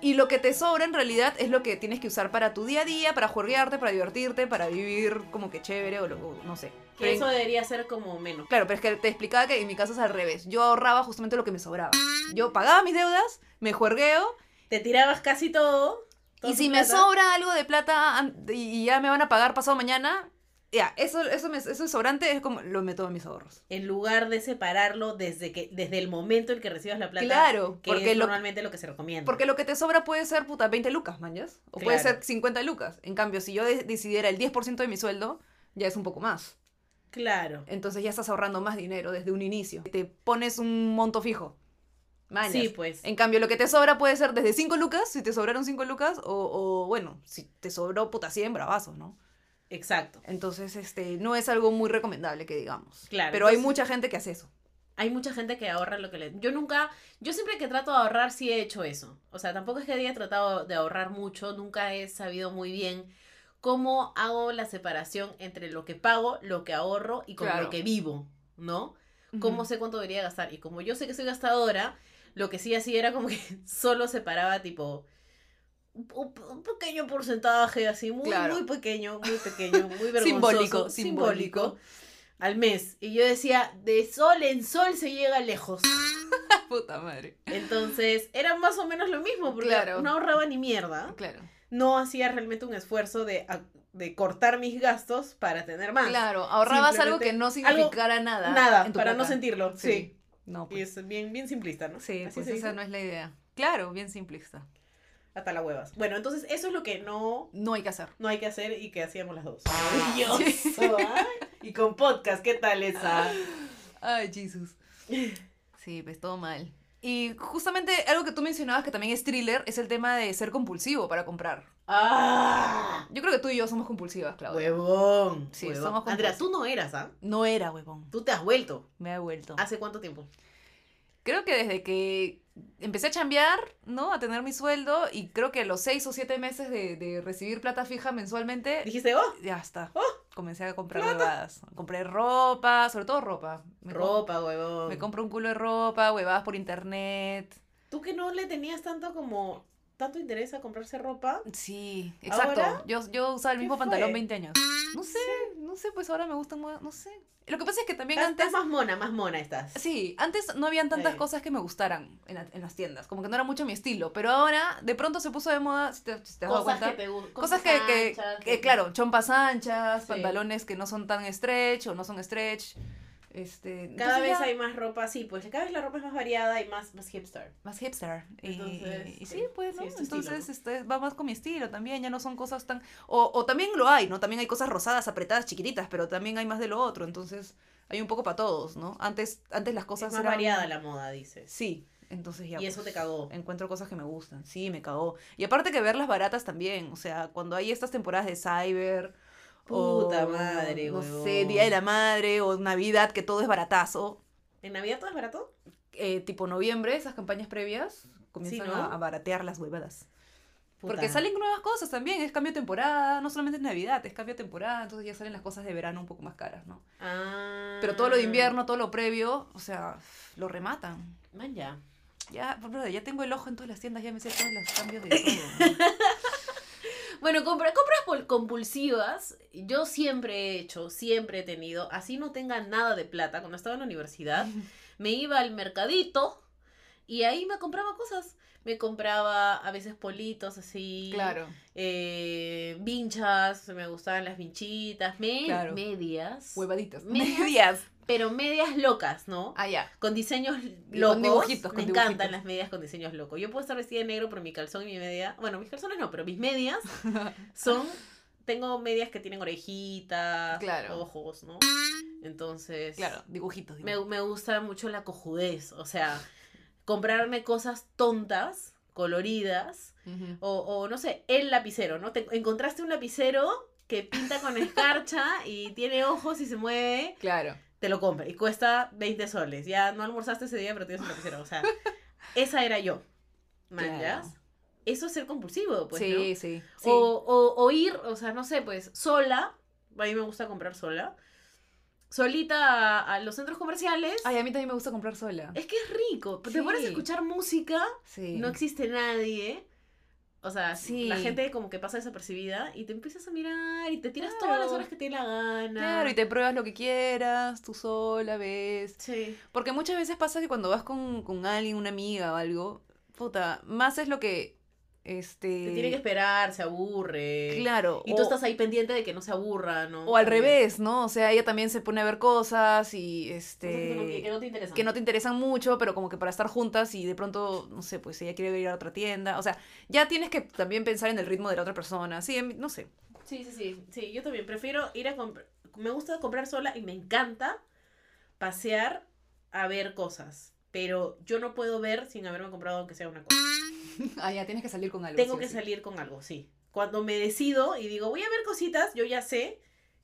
[SPEAKER 4] Y lo que te sobra en realidad es lo que tienes que usar para tu día a día, para juguearte, para divertirte, para vivir como que chévere o, lo- o no sé.
[SPEAKER 3] Que
[SPEAKER 4] Pero en-
[SPEAKER 3] eso debería ser como menos.
[SPEAKER 4] Claro, pero es que te explicaba que en mi caso es al revés. Yo ahorraba justamente lo que me sobraba. Yo pagaba mis deudas, me juergueo
[SPEAKER 3] Te tirabas casi todo. toda
[SPEAKER 4] y
[SPEAKER 3] tu
[SPEAKER 4] si me
[SPEAKER 3] plata.
[SPEAKER 4] sobra algo de plata an- y y ya me van a pagar pasado mañana, ya, eso, eso, me, eso sobrante es como lo meto en mis ahorros.
[SPEAKER 3] En lugar de separarlo desde que desde el momento en que recibas la plata.
[SPEAKER 4] claro,
[SPEAKER 3] Que
[SPEAKER 4] porque
[SPEAKER 3] es
[SPEAKER 4] lo,
[SPEAKER 3] normalmente lo que se recomienda.
[SPEAKER 4] porque lo que te sobra puede ser puta 20 lucas, mañas. O puede
[SPEAKER 3] Claro.
[SPEAKER 4] ser 50 lucas. En cambio, si yo de- decidiera el 10% de mi sueldo, ya es un poco más.
[SPEAKER 3] Claro.
[SPEAKER 4] Entonces ya estás ahorrando más dinero desde un inicio. Te pones un monto fijo. Mañas.
[SPEAKER 3] Sí, pues.
[SPEAKER 4] En cambio, lo que te sobra puede ser desde 5 lucas, si te sobraron 5 lucas, o, o, bueno, si te sobró puta 100 bravazos, ¿no?
[SPEAKER 3] Exacto.
[SPEAKER 4] Entonces, este, no es algo muy recomendable que digamos.
[SPEAKER 3] Claro,
[SPEAKER 4] Pero hay
[SPEAKER 3] entonces-
[SPEAKER 4] mucha gente que hace eso.
[SPEAKER 3] Hay mucha gente que ahorra lo que le... Yo nunca... Yo siempre que trato de ahorrar sí he hecho eso. O sea, tampoco es que haya tratado de ahorrar mucho. Nunca he sabido muy bien cómo hago la separación entre lo que pago, lo que ahorro y con lo
[SPEAKER 4] Claro.
[SPEAKER 3] que vivo, ¿no? cómo sé cuánto debería gastar. Y como yo sé que soy gastadora, lo que sí hacía era como que solo separaba tipo un, po- un pequeño porcentaje así, muy,
[SPEAKER 4] Claro.
[SPEAKER 3] muy pequeño, muy pequeño, muy vergonzoso.
[SPEAKER 4] Simbólico, simbólico.
[SPEAKER 3] Al mes. Y yo decía, de sol en sol se llega lejos.
[SPEAKER 4] Puta madre.
[SPEAKER 3] Entonces, era más o menos lo mismo, porque
[SPEAKER 4] Claro.
[SPEAKER 3] no ahorraba ni mierda.
[SPEAKER 4] Claro.
[SPEAKER 3] No hacía realmente un esfuerzo de, de cortar mis gastos para tener más.
[SPEAKER 4] Claro, ahorrabas ah, algo
[SPEAKER 3] Simplemente
[SPEAKER 4] que no significara nada.
[SPEAKER 3] Nada,
[SPEAKER 4] en tu
[SPEAKER 3] para no
[SPEAKER 4] plata.
[SPEAKER 3] sentirlo.
[SPEAKER 4] Sí.
[SPEAKER 3] sí.
[SPEAKER 4] No,
[SPEAKER 3] Y
[SPEAKER 4] pues.
[SPEAKER 3] es bien, bien simplista, ¿no?
[SPEAKER 4] Sí,
[SPEAKER 3] Así
[SPEAKER 4] pues
[SPEAKER 3] se
[SPEAKER 4] esa
[SPEAKER 3] dice.
[SPEAKER 4] no es la idea. Claro, bien simplista.
[SPEAKER 3] Hasta las huevas. Bueno, entonces eso es lo que no,
[SPEAKER 4] No hay que hacer.
[SPEAKER 3] no hay que hacer y que hacíamos las dos.
[SPEAKER 4] Sí.
[SPEAKER 3] ¿ah? Y con podcast, ¿qué tal esa?
[SPEAKER 4] Ay, Jesús. Sí, pues todo mal. Y justamente algo que tú mencionabas que también es thriller es el tema de ser compulsivo para comprar.
[SPEAKER 3] ¡Ah!
[SPEAKER 4] Yo creo que tú y yo somos compulsivas, Claudia.
[SPEAKER 3] Huevón.
[SPEAKER 4] Sí,
[SPEAKER 3] huevón.
[SPEAKER 4] somos
[SPEAKER 3] Andrea,
[SPEAKER 4] compulsivos.
[SPEAKER 3] tú no eras, ¿ah?
[SPEAKER 4] No era, huevón.
[SPEAKER 3] Tú te has vuelto.
[SPEAKER 4] Me ha vuelto.
[SPEAKER 3] ¿Hace cuánto tiempo?
[SPEAKER 4] Creo que desde que empecé a chambear, ¿no? A tener mi sueldo y creo que los seis o siete meses de, de recibir plata fija mensualmente,
[SPEAKER 3] Dijiste, oh,
[SPEAKER 4] ya está. Comencé a comprar huevadas. Compré ropa, sobre todo ropa. Me com-
[SPEAKER 3] ropa, huevón.
[SPEAKER 4] Me compro un culo de ropa, huevadas por internet.
[SPEAKER 3] Tú que no le tenías tanto como, tanto interés a comprarse ropa.
[SPEAKER 4] Sí, exacto.
[SPEAKER 3] ¿Ahora?
[SPEAKER 4] Yo, yo usaba el
[SPEAKER 3] ¿Qué
[SPEAKER 4] mismo
[SPEAKER 3] fue? Ah,
[SPEAKER 4] pantalón 20 años. No sé, no sé, pues ahora me gustan más, no sé. Lo que pasa es que también
[SPEAKER 3] Estás,
[SPEAKER 4] antes...
[SPEAKER 3] estás más mona, más mona estás.
[SPEAKER 4] Sí, antes no habían tantas
[SPEAKER 3] Sí.
[SPEAKER 4] cosas que me gustaran en, la- en las tiendas, como que no era mucho mi estilo, pero ahora de pronto se puso de moda, si te, si te has dado
[SPEAKER 3] Cosas
[SPEAKER 4] cuenta,
[SPEAKER 3] que te gustan.
[SPEAKER 4] cosas que, que-
[SPEAKER 3] anchas,
[SPEAKER 4] que, claro, chompas anchas,
[SPEAKER 3] Sí.
[SPEAKER 4] pantalones que no son tan stretch o no son stretch, este...
[SPEAKER 3] Cada
[SPEAKER 4] entonces
[SPEAKER 3] vez
[SPEAKER 4] ya,
[SPEAKER 3] hay más ropa, sí, pues cada vez la ropa es más variada y más, más hipster.
[SPEAKER 4] Más hipster. Y,
[SPEAKER 3] Entonces,
[SPEAKER 4] y
[SPEAKER 3] sí,
[SPEAKER 4] sí, pues,
[SPEAKER 3] sí,
[SPEAKER 4] ¿no?
[SPEAKER 3] es tu estilo,
[SPEAKER 4] Entonces, este, va más con mi estilo también, ya no son cosas tan... O, o también lo hay, ¿no? También hay cosas rosadas, apretadas, chiquititas, pero también hay más de lo otro, entonces hay un poco para todos, ¿no? Antes, antes las cosas
[SPEAKER 3] es más
[SPEAKER 4] eran-
[SPEAKER 3] variada la moda, dices.
[SPEAKER 4] Sí, Entonces ya. pues,
[SPEAKER 3] Y eso te cagó.
[SPEAKER 4] Encuentro cosas que me gustan. Sí, me cagó. Y aparte que verlas baratas también. O sea, cuando hay estas temporadas de Cyber.
[SPEAKER 3] Puta
[SPEAKER 4] o,
[SPEAKER 3] madre,
[SPEAKER 4] No
[SPEAKER 3] huevón.
[SPEAKER 4] sé, Día de la Madre o Navidad, que todo es baratazo.
[SPEAKER 3] ¿En Navidad todo es barato?
[SPEAKER 4] Eh, tipo noviembre, esas campañas previas comienzan
[SPEAKER 3] ¿no?
[SPEAKER 4] a, a baratear las huevadas. Porque
[SPEAKER 3] Puta.
[SPEAKER 4] salen nuevas cosas también. Es cambio de temporada. No solamente es Navidad, es cambio de temporada. Entonces ya salen las cosas de verano un poco más caras, ¿no?
[SPEAKER 3] Ah.
[SPEAKER 4] Pero todo lo de invierno, todo lo previo, o sea, lo rematan.
[SPEAKER 3] Man, ya.
[SPEAKER 4] Ya, brother, ya tengo el ojo en todas las tiendas, ya me sé todos los cambios de todo. ¿no?
[SPEAKER 3] Bueno, compra- compras pol- compulsivas, yo siempre he hecho, siempre he tenido, así no tenga nada de plata, cuando estaba en la universidad, me iba al mercadito y ahí me compraba cosas. Me compraba a veces politos así,
[SPEAKER 4] Claro.
[SPEAKER 3] eh, vinchas, me gustaban las vinchitas, me-
[SPEAKER 4] Claro.
[SPEAKER 3] medias,
[SPEAKER 4] Huevaditas.
[SPEAKER 3] Medias. pero medias locas, ¿no?
[SPEAKER 4] Ah, ya.
[SPEAKER 3] Con diseños
[SPEAKER 4] con
[SPEAKER 3] locos.
[SPEAKER 4] dibujitos, con
[SPEAKER 3] me
[SPEAKER 4] dibujitos.
[SPEAKER 3] encantan las medias con diseños locos. Yo puedo estar vestida de negro, pero mi calzón y mi media. Bueno, mis calzones no, pero mis medias son. Tengo medias que tienen orejitas,
[SPEAKER 4] Claro.
[SPEAKER 3] ojos, ¿no? Entonces.
[SPEAKER 4] Claro, dibujitos.
[SPEAKER 3] Me,
[SPEAKER 4] dibujitos.
[SPEAKER 3] me gusta mucho la cojudez. O sea, comprarme cosas tontas, coloridas.
[SPEAKER 4] Ujú.
[SPEAKER 3] O, o, no sé, el lapicero, ¿no? Te encontraste un lapicero que pinta con escarcha y tiene ojos y se mueve
[SPEAKER 4] Claro.
[SPEAKER 3] te lo compra y cuesta 20 soles. Ya no almorzaste ese día, pero tienes un lapicero. O sea, esa era yo. ¿Manjas?
[SPEAKER 4] Claro.
[SPEAKER 3] Eso es ser compulsivo, pues.
[SPEAKER 4] sí,
[SPEAKER 3] ¿no?
[SPEAKER 4] sí,
[SPEAKER 3] O, o, o ir, o sea, no sé, pues sola. A mí me gusta comprar sola. Solita a, a los centros comerciales.
[SPEAKER 4] Ay, a mí también me gusta comprar sola.
[SPEAKER 3] Es que es rico. Te
[SPEAKER 4] Sí.
[SPEAKER 3] pones a escuchar música,
[SPEAKER 4] Sí.
[SPEAKER 3] no existe nadie. O sea,
[SPEAKER 4] Sí.
[SPEAKER 3] la gente como que pasa desapercibida y te empiezas a mirar y te tiras
[SPEAKER 4] Claro.
[SPEAKER 3] todas las horas que te dé la gana.
[SPEAKER 4] Claro, y te pruebas lo que quieras, tú sola, ves.
[SPEAKER 3] Sí.
[SPEAKER 4] Porque muchas veces pasa que cuando vas con, con alguien, una amiga o algo, puta, más es lo que, este...
[SPEAKER 3] Te tiene que esperar, se aburre.
[SPEAKER 4] Claro.
[SPEAKER 3] Y tú
[SPEAKER 4] o-
[SPEAKER 3] estás ahí pendiente de que no se aburra, ¿no?
[SPEAKER 4] O al
[SPEAKER 3] También.
[SPEAKER 4] revés, ¿no? O sea, ella también se pone a ver cosas y
[SPEAKER 3] Cosas que no te- que
[SPEAKER 4] este
[SPEAKER 3] no te interesa.
[SPEAKER 4] que no te interesan mucho, pero como que para estar juntas y de pronto, no sé, pues ella quiere ir a otra tienda. O sea, ya tienes que también pensar en el ritmo de la otra persona. Sí, em- no sé.
[SPEAKER 3] Sí, sí, sí. Sí, yo también prefiero ir a comprar. Me gusta comprar sola y me encanta pasear a ver cosas. Pero yo no puedo ver sin haberme comprado aunque sea una cosa.
[SPEAKER 4] Ah, ya tienes que salir con algo.
[SPEAKER 3] Tengo que salir con algo, sí. Cuando me decido y digo, voy a ver cositas, yo ya sé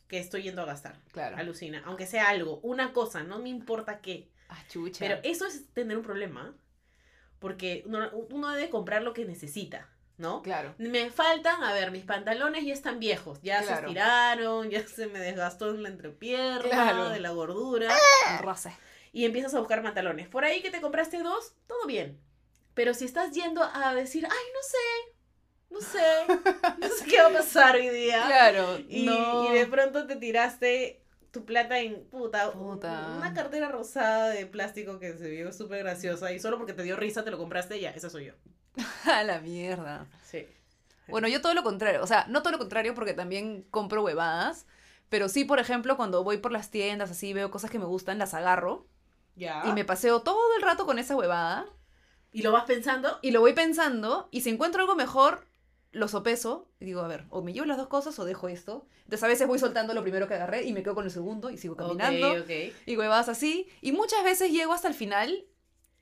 [SPEAKER 3] que estoy yendo a gastar.
[SPEAKER 4] Claro.
[SPEAKER 3] Alucina. Aunque sea algo, una cosa, no me importa qué.
[SPEAKER 4] Ah, chucha.
[SPEAKER 3] Pero eso es tener un problema, porque uno, uno debe comprar lo que necesita, ¿no?
[SPEAKER 4] claro.
[SPEAKER 3] Me faltan, a ver, mis pantalones ya están viejos, ya se
[SPEAKER 4] Claro.
[SPEAKER 3] estiraron, ya se me desgastó en la entrepierna,
[SPEAKER 4] Claro.
[SPEAKER 3] de la gordura,
[SPEAKER 4] Raza.
[SPEAKER 3] y empiezas a buscar pantalones. Por ahí que te compraste dos, todo bien. Pero si estás yendo a decir, ay, no sé, no sé, no sé qué va a pasar hoy día.
[SPEAKER 4] Claro.
[SPEAKER 3] Y,
[SPEAKER 4] no.
[SPEAKER 3] y de pronto te tiraste tu plata en puta,
[SPEAKER 4] Puta.
[SPEAKER 3] una cartera rosada de plástico que se vio súper graciosa y solo porque te dio risa te lo compraste ya, esa soy yo.
[SPEAKER 4] A la mierda.
[SPEAKER 3] Sí.
[SPEAKER 4] Bueno, yo todo lo contrario, o sea, no todo lo contrario porque también compro huevadas, pero sí, por ejemplo, cuando voy por las tiendas, así veo cosas que me gustan, las agarro
[SPEAKER 3] Ya.
[SPEAKER 4] y me paseo todo el rato con esa huevada
[SPEAKER 3] Y lo vas pensando
[SPEAKER 4] y lo voy pensando y si encuentro algo mejor, lo sopeso y digo, a ver, o me llevo las dos cosas o dejo esto. Entonces a veces voy soltando lo primero que agarré y me quedo con el segundo y sigo caminando
[SPEAKER 3] Ok, ok.
[SPEAKER 4] y huevadas así y muchas veces llego hasta el final.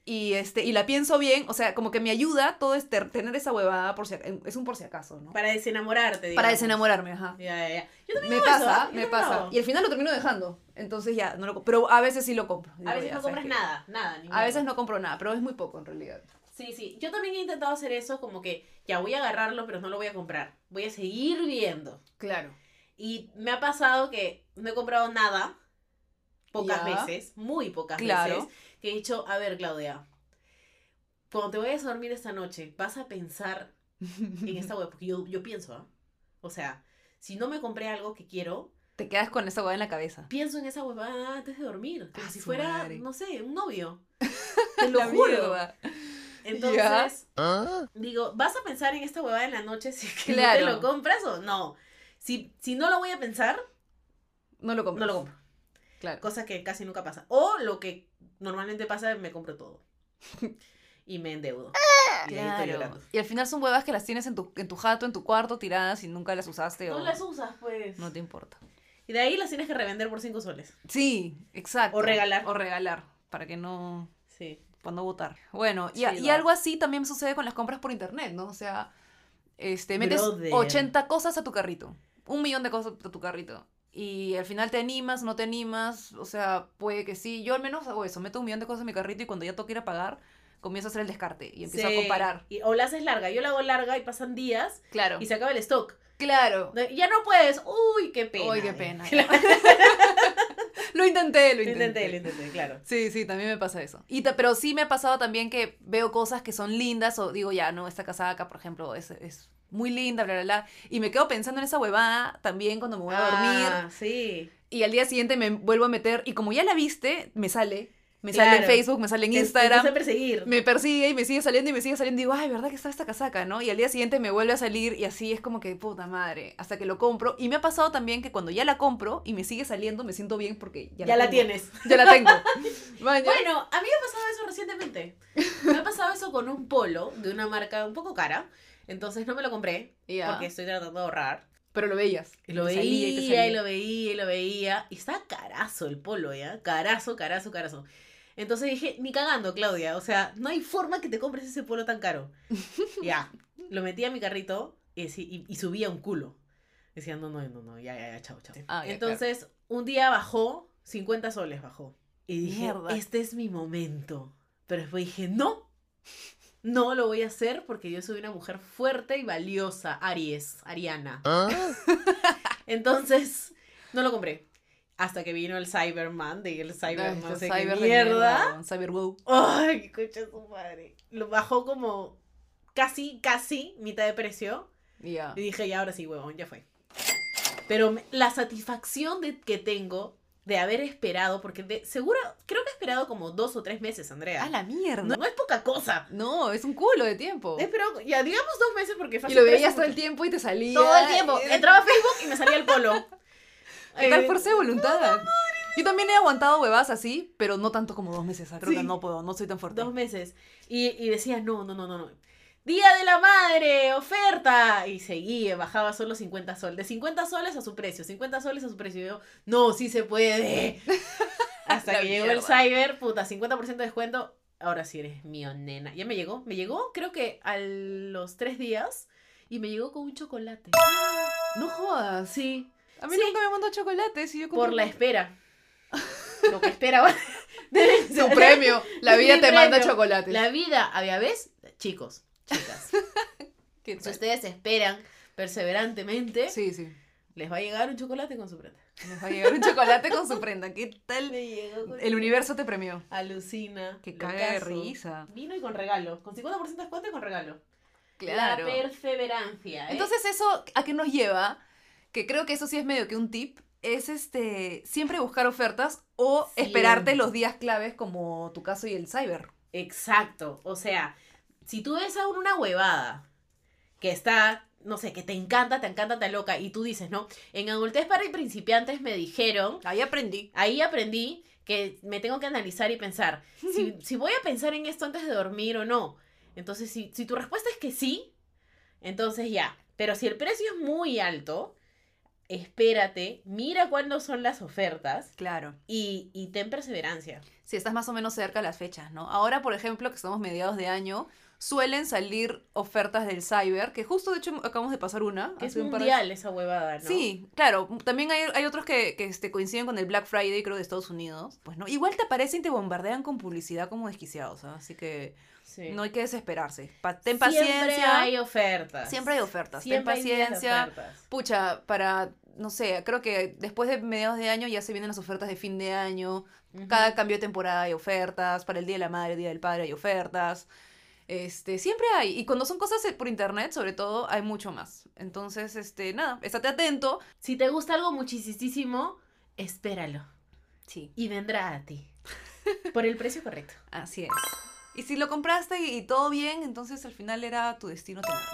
[SPEAKER 4] Y, este, y la pienso bien, o sea, como que me ayuda todo este, tener esa huevada, por si, ac- es un por si acaso, ¿no?
[SPEAKER 3] Para desenamorarte, digamos.
[SPEAKER 4] Para desenamorarme, ajá.
[SPEAKER 3] Ya, ya, ya. Yo también
[SPEAKER 4] Me
[SPEAKER 3] hago
[SPEAKER 4] pasa,
[SPEAKER 3] eso, ¿eh? Yo
[SPEAKER 4] me
[SPEAKER 3] también
[SPEAKER 4] pasa.
[SPEAKER 3] hago.
[SPEAKER 4] Y al final lo termino dejando. Entonces ya, no lo com- Pero a veces sí lo compro. Digo,
[SPEAKER 3] A veces
[SPEAKER 4] ya,
[SPEAKER 3] no
[SPEAKER 4] ¿sabes
[SPEAKER 3] compras
[SPEAKER 4] qué?
[SPEAKER 3] nada, nada. ni
[SPEAKER 4] A
[SPEAKER 3] mierda.
[SPEAKER 4] veces no compro nada, pero es muy poco en realidad.
[SPEAKER 3] Sí, sí. Yo también he intentado hacer eso, como que ya voy a agarrarlo, pero no lo voy a comprar. Voy a seguir viendo.
[SPEAKER 4] Claro.
[SPEAKER 3] Y me ha pasado que no he comprado nada,
[SPEAKER 4] Ya.
[SPEAKER 3] pocas veces, muy pocas
[SPEAKER 4] Claro.
[SPEAKER 3] veces, que he dicho, a ver, Claudia, cuando te vayas a dormir esta noche, vas a pensar en esta web, porque yo, yo pienso, ¿ah? O sea, si no me compré algo que quiero,
[SPEAKER 4] Te quedas con esa hueá en la cabeza.
[SPEAKER 3] pienso en esa huevada antes de dormir, como
[SPEAKER 4] Ah,
[SPEAKER 3] si
[SPEAKER 4] su
[SPEAKER 3] fuera,
[SPEAKER 4] madre.
[SPEAKER 3] no sé, un novio. Te lo
[SPEAKER 4] La
[SPEAKER 3] juro.
[SPEAKER 4] mierda.
[SPEAKER 3] Entonces,
[SPEAKER 4] Ya.
[SPEAKER 3] ah, digo, ¿vas a pensar en esta huevada en la noche si es que no
[SPEAKER 4] Claro.
[SPEAKER 3] te lo compras o no? Si, si no lo voy a pensar,
[SPEAKER 4] No lo compro.
[SPEAKER 3] no lo compro.
[SPEAKER 4] Claro.
[SPEAKER 3] Cosa que casi nunca pasa. O lo que normalmente pasa, me compro todo. Y me endeudo. Y ahí estoy
[SPEAKER 4] Ah, Claro.
[SPEAKER 3] llorando.
[SPEAKER 4] Y al final son huevas que las tienes en tu, en tu jato, en tu cuarto, tiradas y nunca las usaste
[SPEAKER 3] No
[SPEAKER 4] o
[SPEAKER 3] las usas, pues.
[SPEAKER 4] no te importa.
[SPEAKER 3] Y de ahí las tienes que revender por 5 soles.
[SPEAKER 4] Sí, exacto.
[SPEAKER 3] O regalar.
[SPEAKER 4] O regalar, para que no...
[SPEAKER 3] Sí.
[SPEAKER 4] para no votar. Bueno, y,
[SPEAKER 3] Sí,
[SPEAKER 4] y
[SPEAKER 3] va.
[SPEAKER 4] algo así también sucede con las compras por internet, ¿no? O sea, este, metes
[SPEAKER 3] Brother.
[SPEAKER 4] 80 cosas a tu carrito, un millón de cosas a tu carrito. Y al final te animas, no te animas, o sea, puede que sí. Yo al menos hago eso, meto un millón de cosas en mi carrito y cuando ya toca ir a pagar, comienzo a hacer el descarte y empiezo
[SPEAKER 3] Sí.
[SPEAKER 4] a comparar.
[SPEAKER 3] Y- o la haces larga. Yo la hago larga y pasan días
[SPEAKER 4] Claro.
[SPEAKER 3] y se acaba el stock.
[SPEAKER 4] Claro.
[SPEAKER 3] No, Ya no puedes. Uy, qué pena.
[SPEAKER 4] Ay, qué pena.
[SPEAKER 3] Claro.
[SPEAKER 4] Lo intenté, lo
[SPEAKER 3] Lo
[SPEAKER 4] intenté.
[SPEAKER 3] intenté, lo intenté, claro.
[SPEAKER 4] Sí, sí, también me pasa eso. Y ta- pero sí me ha pasado también que veo cosas que son lindas o digo, ya, no, esta casaca, por ejemplo, es, es muy linda, bla, bla, bla. Y me quedo pensando en esa huevada también cuando me voy a dormir.
[SPEAKER 3] Ah, sí.
[SPEAKER 4] Y al día siguiente me vuelvo a meter y como ya la viste, me sale. Me sale en
[SPEAKER 3] Claro.
[SPEAKER 4] Facebook, me sale en
[SPEAKER 3] Te- te
[SPEAKER 4] Instagram.
[SPEAKER 3] empieza a perseguir.
[SPEAKER 4] me persigue y me sigue saliendo y me sigue saliendo y digo, ay, ¿verdad que está esta casaca, no? Y al día siguiente me vuelve a salir y así es como que, puta madre, hasta que lo compro. Y me ha pasado también que cuando ya la compro y me sigue saliendo, me siento bien porque ya,
[SPEAKER 3] Ya, la
[SPEAKER 4] tengo.
[SPEAKER 3] tienes.
[SPEAKER 4] Ya la tengo. Maña.
[SPEAKER 3] Bueno, a mí me ha pasado eso recientemente. Me ha pasado eso con un polo de una marca un poco cara. Entonces no me lo compré
[SPEAKER 4] Ya.
[SPEAKER 3] porque estoy tratando de ahorrar.
[SPEAKER 4] Pero lo veías.
[SPEAKER 3] Y lo
[SPEAKER 4] Te
[SPEAKER 3] veía,
[SPEAKER 4] salía
[SPEAKER 3] y,
[SPEAKER 4] te salía.
[SPEAKER 3] lo veía, y lo veía. Y estaba carazo el polo, ¿ya? Carazo, carazo, carazo. Entonces dije, ni cagando, Claudia. O sea, no hay forma que te compres ese polo tan caro. ya. Lo metí a mi carrito y, decí- y- y subía un culo. Decía, no, no, no, no, ya, ya, ya, chao, chao.
[SPEAKER 4] Ah, ya,
[SPEAKER 3] Entonces, un día bajó, 50 soles bajó. Y dije,
[SPEAKER 4] Mierda.
[SPEAKER 3] este es mi momento. Pero después dije, no, no lo voy a hacer porque yo soy una mujer fuerte y valiosa, Aries, Ariana. Entonces, no lo compré. Hasta que vino el Cyber Monday, el Cyber no sé qué
[SPEAKER 4] Cyber de
[SPEAKER 3] mierda.
[SPEAKER 4] weón, Cyber wow.
[SPEAKER 3] Ay, qué concha de su madre. Lo bajó como casi, casi mitad de precio.
[SPEAKER 4] Ya.
[SPEAKER 3] Y dije, ya ahora sí, huevón, ya fue. Pero me- la satisfacción de, que tengo de haber esperado, porque de, seguro, creo que he esperado como dos o tres meses, Andrea.
[SPEAKER 4] A la mierda.
[SPEAKER 3] no,
[SPEAKER 4] No,
[SPEAKER 3] no es poca cosa.
[SPEAKER 4] es un culo de tiempo.
[SPEAKER 3] He esperado, ya digamos dos meses porque
[SPEAKER 4] Y
[SPEAKER 3] fácil
[SPEAKER 4] lo
[SPEAKER 3] tres
[SPEAKER 4] veías
[SPEAKER 3] o
[SPEAKER 4] todo el
[SPEAKER 3] mucho.
[SPEAKER 4] tiempo y te salía.
[SPEAKER 3] Todo el tiempo.
[SPEAKER 4] Era-
[SPEAKER 3] Entraba a Facebook y me salía el polo.
[SPEAKER 4] ¿Qué tal
[SPEAKER 3] Eh,
[SPEAKER 4] fuerza de voluntad? Yo también he aguantado huevadas así, pero no tanto como dos meses. ah, Creo que
[SPEAKER 3] Sí.
[SPEAKER 4] no puedo, no soy tan fuerte.
[SPEAKER 3] Dos meses. Y, y decía, no, no, no, no, no. Día de la madre, oferta. Y seguía, bajaba solo 50 soles. De 50 soles a su precio, 50 soles a su precio. Y yo, no, sí se puede. Hasta
[SPEAKER 4] La
[SPEAKER 3] que llegó el
[SPEAKER 4] mierda.
[SPEAKER 3] cyber, puta, 50% de descuento. Ahora sí eres mío, nena. Ya me llegó, me llegó creo que a los tres días. Y me llegó con un chocolate.
[SPEAKER 4] No jodas.
[SPEAKER 3] Sí,
[SPEAKER 4] A mí
[SPEAKER 3] Sí.
[SPEAKER 4] nunca me mandó chocolates y yo
[SPEAKER 3] por
[SPEAKER 4] compré
[SPEAKER 3] la espera. Lo que esperaba. Debe
[SPEAKER 4] tu
[SPEAKER 3] ser.
[SPEAKER 4] premio. La vida
[SPEAKER 3] Mi
[SPEAKER 4] te manda
[SPEAKER 3] premio.
[SPEAKER 4] chocolates.
[SPEAKER 3] La vida, había vez, chicos, chicas.
[SPEAKER 4] ¿Qué
[SPEAKER 3] Si
[SPEAKER 4] tal?
[SPEAKER 3] ustedes esperan perseverantemente,
[SPEAKER 4] Sí, sí.
[SPEAKER 3] les va a llegar un chocolate con su plata.
[SPEAKER 4] Nos va a llegar un chocolate con su prenda. ¿Qué tal? El universo te premió.
[SPEAKER 3] Alucina.
[SPEAKER 4] Que
[SPEAKER 3] lo
[SPEAKER 4] caga de
[SPEAKER 3] caso.
[SPEAKER 4] risa.
[SPEAKER 3] Vino y con regalo. Con 50% de descuento y con regalo.
[SPEAKER 4] Claro.
[SPEAKER 3] La perseverancia. ¿eh?
[SPEAKER 4] Entonces eso a qué nos lleva, que creo que eso sí es medio que un tip, es este siempre buscar ofertas o
[SPEAKER 3] Siempre.
[SPEAKER 4] esperarte los días claves como tu caso y el cyber.
[SPEAKER 3] Exacto. O sea, si tú ves a una huevada que está, no sé, que te encanta, te encanta, te loca, y tú dices, no, en adultez para principiantes me dijeron
[SPEAKER 4] Ahí aprendí.
[SPEAKER 3] ahí aprendí que me tengo que analizar y pensar si, si voy a pensar en esto antes de dormir o no. Entonces, si, si tu respuesta es que sí, entonces ya. Pero si el precio es muy alto, espérate, mira cuándo son las ofertas
[SPEAKER 4] Claro.
[SPEAKER 3] y, y ten perseverancia.
[SPEAKER 4] Si estás más o menos cerca de las fechas, ¿no? Ahora, por ejemplo, que estamos mediados de año, suelen salir ofertas del cyber, que justo de hecho acabamos de pasar una.
[SPEAKER 3] Que es
[SPEAKER 4] hace un par de-
[SPEAKER 3] mundial esa huevada, ¿no?
[SPEAKER 4] Ah, Sí, claro. También hay, hay otros que, que, este, coinciden con el Black Friday, creo, de Estados Unidos. Pues no, igual te aparecen y te bombardean con publicidad como desquiciados, ¿ah? así que
[SPEAKER 3] Sí.
[SPEAKER 4] No hay que desesperarse. Pa- ten
[SPEAKER 3] Siempre
[SPEAKER 4] paciencia.
[SPEAKER 3] hay ofertas.
[SPEAKER 4] Siempre hay ofertas.
[SPEAKER 3] Siempre hay
[SPEAKER 4] ten
[SPEAKER 3] días de
[SPEAKER 4] paciencia.
[SPEAKER 3] ofertas.
[SPEAKER 4] Pucha, para, no sé, creo que después de mediados de año ya se vienen las ofertas de fin de año.
[SPEAKER 3] Ujú.
[SPEAKER 4] Cada cambio de temporada hay ofertas. Para el Día de la Madre, el Día del Padre hay ofertas. Este, siempre hay. Y cuando son cosas eh, por internet, sobre todo, hay mucho más. Entonces, este, nada, estate atento.
[SPEAKER 3] Si te gusta algo muchísimo, espéralo.
[SPEAKER 4] Sí,
[SPEAKER 3] y vendrá a ti. Por el precio correcto.
[SPEAKER 4] así es. Y si lo compraste y, y todo bien, entonces al final era tu destino tenerlo.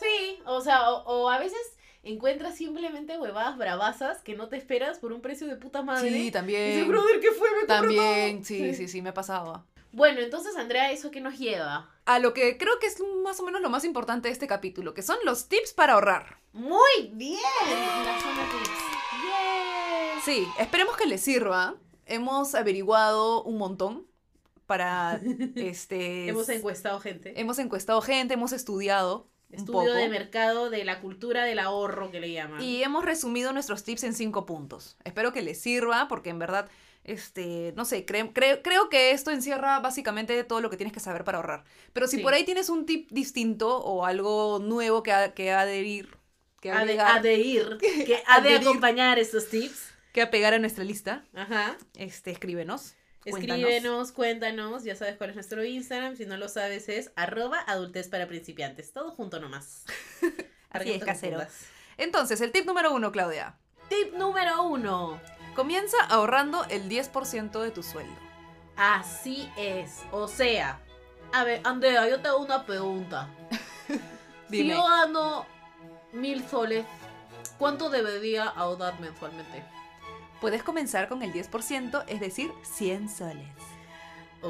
[SPEAKER 3] Sí, o sea, o, o a veces encuentras simplemente huevadas bravasas que no te esperas por un precio de puta madre.
[SPEAKER 4] Sí,
[SPEAKER 3] Y dices,
[SPEAKER 4] también.
[SPEAKER 3] brother, ¿qué fue? Me compró
[SPEAKER 4] También,
[SPEAKER 3] todo".
[SPEAKER 4] sí, sí, sí, me ha pasado. ah.
[SPEAKER 3] Bueno, entonces, Andrea, ¿eso qué nos lleva?
[SPEAKER 4] a lo que creo que es más o menos lo más importante de este capítulo, que son los tips para ahorrar.
[SPEAKER 3] muy bien. La zona tips.
[SPEAKER 4] Sí, esperemos que les sirva. Hemos averiguado un montón, para este
[SPEAKER 3] Hemos encuestado gente.
[SPEAKER 4] hemos encuestado gente, hemos estudiado un
[SPEAKER 3] Estudio de
[SPEAKER 4] poco.
[SPEAKER 3] mercado de la cultura del ahorro que le llaman.
[SPEAKER 4] Y hemos resumido nuestros tips en cinco puntos. Espero que les sirva porque en verdad, este, no sé, cre- cre- creo que esto encierra básicamente todo lo que tienes que saber para ahorrar. Pero si
[SPEAKER 3] Sí.
[SPEAKER 4] por ahí tienes un tip distinto o algo nuevo que, a- que adherir, que
[SPEAKER 3] ha, de,
[SPEAKER 4] agregar,
[SPEAKER 3] ha de ir, que ha de
[SPEAKER 4] Adherir.
[SPEAKER 3] acompañar estos tips.
[SPEAKER 4] que apegar a nuestra lista,
[SPEAKER 3] Ajá.
[SPEAKER 4] este, escríbenos. cuéntanos.
[SPEAKER 3] Escríbenos, cuéntanos, ya sabes cuál es nuestro Instagram, si no lo sabes es arroba adultez para principiantes, todo junto nomás. Para
[SPEAKER 4] Así
[SPEAKER 3] que
[SPEAKER 4] es,
[SPEAKER 3] no te
[SPEAKER 4] casero.
[SPEAKER 3] confundas.
[SPEAKER 4] Entonces, el tip número uno, Claudia.
[SPEAKER 3] Tip número uno,
[SPEAKER 4] Comienza ahorrando el 10% de tu sueldo.
[SPEAKER 3] así es, o sea, a ver, Andrea, yo te hago una pregunta. Si
[SPEAKER 4] Dime.
[SPEAKER 3] yo gano mil soles, ¿cuánto debería ahorrar mensualmente?
[SPEAKER 4] Puedes comenzar con el 10%, es decir, 100 soles.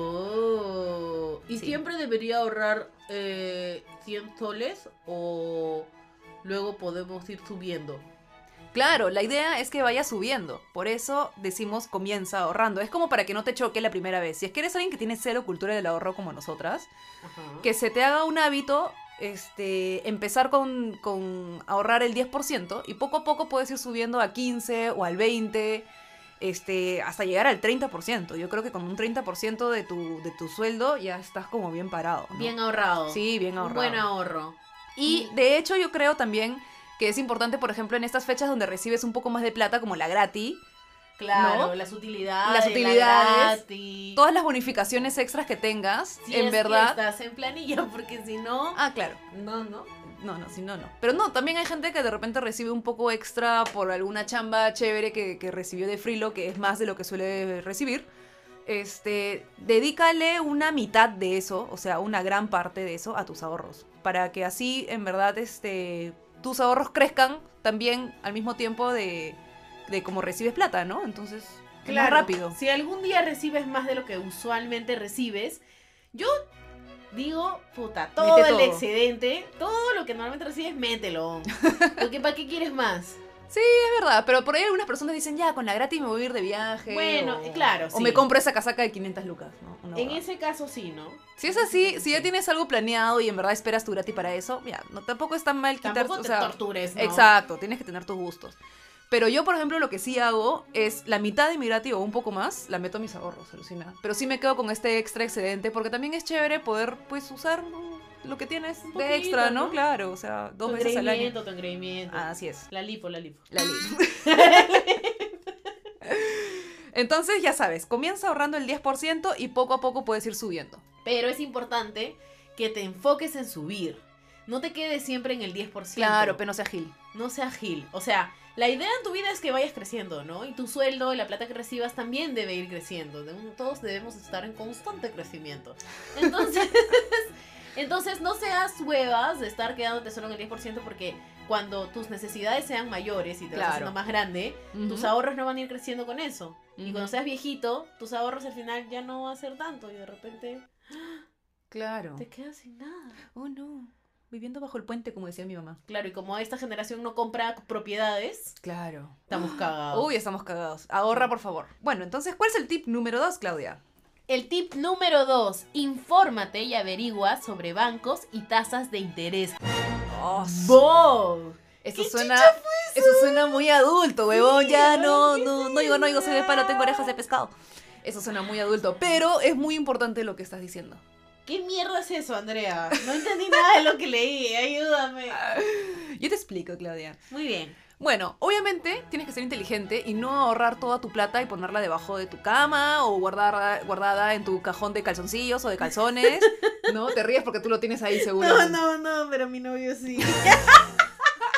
[SPEAKER 3] Oh, ¿y
[SPEAKER 4] Sí.
[SPEAKER 3] siempre debería ahorrar eh, 100 soles o luego podemos ir subiendo?
[SPEAKER 4] Claro, la idea es que vaya subiendo. Por eso decimos comienza ahorrando. Es como para que no te choque la primera vez. Si es que eres alguien que tiene cero cultura del ahorro como nosotras,
[SPEAKER 3] Ajá.
[SPEAKER 4] que se te haga un hábito este, empezar con, con ahorrar el 10% y poco a poco puedes ir subiendo a 15 o al 20, este, hasta llegar al 30%. Yo creo que con un 30% de tu, de tu sueldo ya estás como bien parado. ¿no?
[SPEAKER 3] Bien ahorrado.
[SPEAKER 4] Sí, bien ahorrado.
[SPEAKER 3] Un buen ahorro.
[SPEAKER 4] Y de hecho yo creo también que es importante, por ejemplo, en estas fechas donde recibes un poco más de plata, como la gratis,
[SPEAKER 3] Claro,
[SPEAKER 4] ¿no?
[SPEAKER 3] las utilidades.
[SPEAKER 4] Las
[SPEAKER 3] la
[SPEAKER 4] utilidades,
[SPEAKER 3] gratis.
[SPEAKER 4] todas las bonificaciones extras que tengas,
[SPEAKER 3] Si
[SPEAKER 4] en
[SPEAKER 3] es que
[SPEAKER 4] verdad...
[SPEAKER 3] estás en planilla, porque si no.
[SPEAKER 4] Ah, claro.
[SPEAKER 3] No, no.
[SPEAKER 4] No, no, si no, no. Pero no, también hay gente que de repente recibe un poco extra por alguna chamba chévere que, que recibió de Frilo, que es más de lo que suele recibir. Este, dedícale una mitad de eso, o sea, una gran parte de eso a tus ahorros. Para que así, en verdad, este, tus ahorros crezcan también al mismo tiempo de, de cómo recibes plata, ¿no? Entonces, es más rápido.
[SPEAKER 3] Si algún día recibes más de lo que usualmente recibes, yo digo, puta, todo
[SPEAKER 4] Mete
[SPEAKER 3] el
[SPEAKER 4] todo.
[SPEAKER 3] excedente, todo lo que normalmente recibes, mételo. Porque ¿para qué quieres más?
[SPEAKER 4] Es verdad, pero por ahí algunas personas dicen, ya, con la gratis me voy a ir de viaje.
[SPEAKER 3] Bueno,
[SPEAKER 4] o-
[SPEAKER 3] claro,
[SPEAKER 4] O
[SPEAKER 3] sí.
[SPEAKER 4] me compro esa casaca de 500 lucas, ¿no? Una
[SPEAKER 3] En
[SPEAKER 4] huevada.
[SPEAKER 3] ese caso sí, ¿no?
[SPEAKER 4] Si es así, si ya tienes algo planeado y en verdad esperas tu gratis para eso, mira, no, tampoco es tan mal quitar,
[SPEAKER 3] Tampoco
[SPEAKER 4] o
[SPEAKER 3] te
[SPEAKER 4] sea,
[SPEAKER 3] tortures, ¿no?
[SPEAKER 4] exacto, tienes que tener tus gustos. Pero yo, por ejemplo, lo que sí hago es la mitad de mi gratis o un poco más, la meto a mis ahorros, alucina. Pero sí me quedo con este extra excedente porque también es chévere poder, pues, usar mm, lo que tienes
[SPEAKER 3] Un
[SPEAKER 4] de extra,
[SPEAKER 3] poquito,
[SPEAKER 4] ¿no?
[SPEAKER 3] ¿no?
[SPEAKER 4] Claro, o sea, dos
[SPEAKER 3] Tu
[SPEAKER 4] veces al año. Ah,
[SPEAKER 3] engreimiento, tu engreimiento.
[SPEAKER 4] Así es.
[SPEAKER 3] La lipo, la lipo.
[SPEAKER 4] La ley. Entonces, ya sabes, comienza ahorrando el 10% y poco a poco puedes ir subiendo.
[SPEAKER 3] Pero es importante que te enfoques en subir. No te quedes siempre en el 10%.
[SPEAKER 4] Claro, pero no sea gil.
[SPEAKER 3] No seas gil. O sea, la idea en tu vida es que vayas creciendo, ¿no? Y tu sueldo y la plata que recibas también debe ir creciendo. De un- Todos debemos estar en constante crecimiento. Entonces, entonces no seas huevas de estar quedándote solo en el 10% porque cuando tus necesidades sean mayores y te vas
[SPEAKER 4] Claro.
[SPEAKER 3] haciendo más grande, tus
[SPEAKER 4] Ujú.
[SPEAKER 3] ahorros no van a ir creciendo con eso. Y
[SPEAKER 4] Ujú.
[SPEAKER 3] cuando seas viejito, tus ahorros al final ya no va a ser tanto y de repente
[SPEAKER 4] Claro.
[SPEAKER 3] te quedas sin nada.
[SPEAKER 4] Oh, no. Viviendo bajo el puente, como decía mi mamá.
[SPEAKER 3] Claro, y como esta generación no compra propiedades,
[SPEAKER 4] Claro.
[SPEAKER 3] estamos cagados.
[SPEAKER 4] Uy, estamos cagados. Ahorra, por favor. Bueno, entonces, ¿cuál es el tip número dos, Claudia?
[SPEAKER 3] El tip número 2, infórmate y averigua sobre bancos y tasas de interés. ¡Wow!
[SPEAKER 4] Eso
[SPEAKER 3] ¿Qué
[SPEAKER 4] suena, eso suena muy adulto, huevón. ya no, no, no digo, no digo, soy de palo, tengo orejas de pescado. Eso suena muy adulto, pero es muy importante lo que estás diciendo.
[SPEAKER 3] ¿Qué mierda es eso, Andrea? No entendí nada de lo que leí, ayúdame.
[SPEAKER 4] Yo te explico, Claudia.
[SPEAKER 3] Muy bien.
[SPEAKER 4] Bueno, obviamente tienes que ser inteligente y no ahorrar toda tu plata y ponerla debajo de tu cama o guardar, guardada en tu cajón de calzoncillos o de calzones. No, te ríes porque tú lo tienes ahí seguro.
[SPEAKER 3] No, no, no, pero mi novio sí.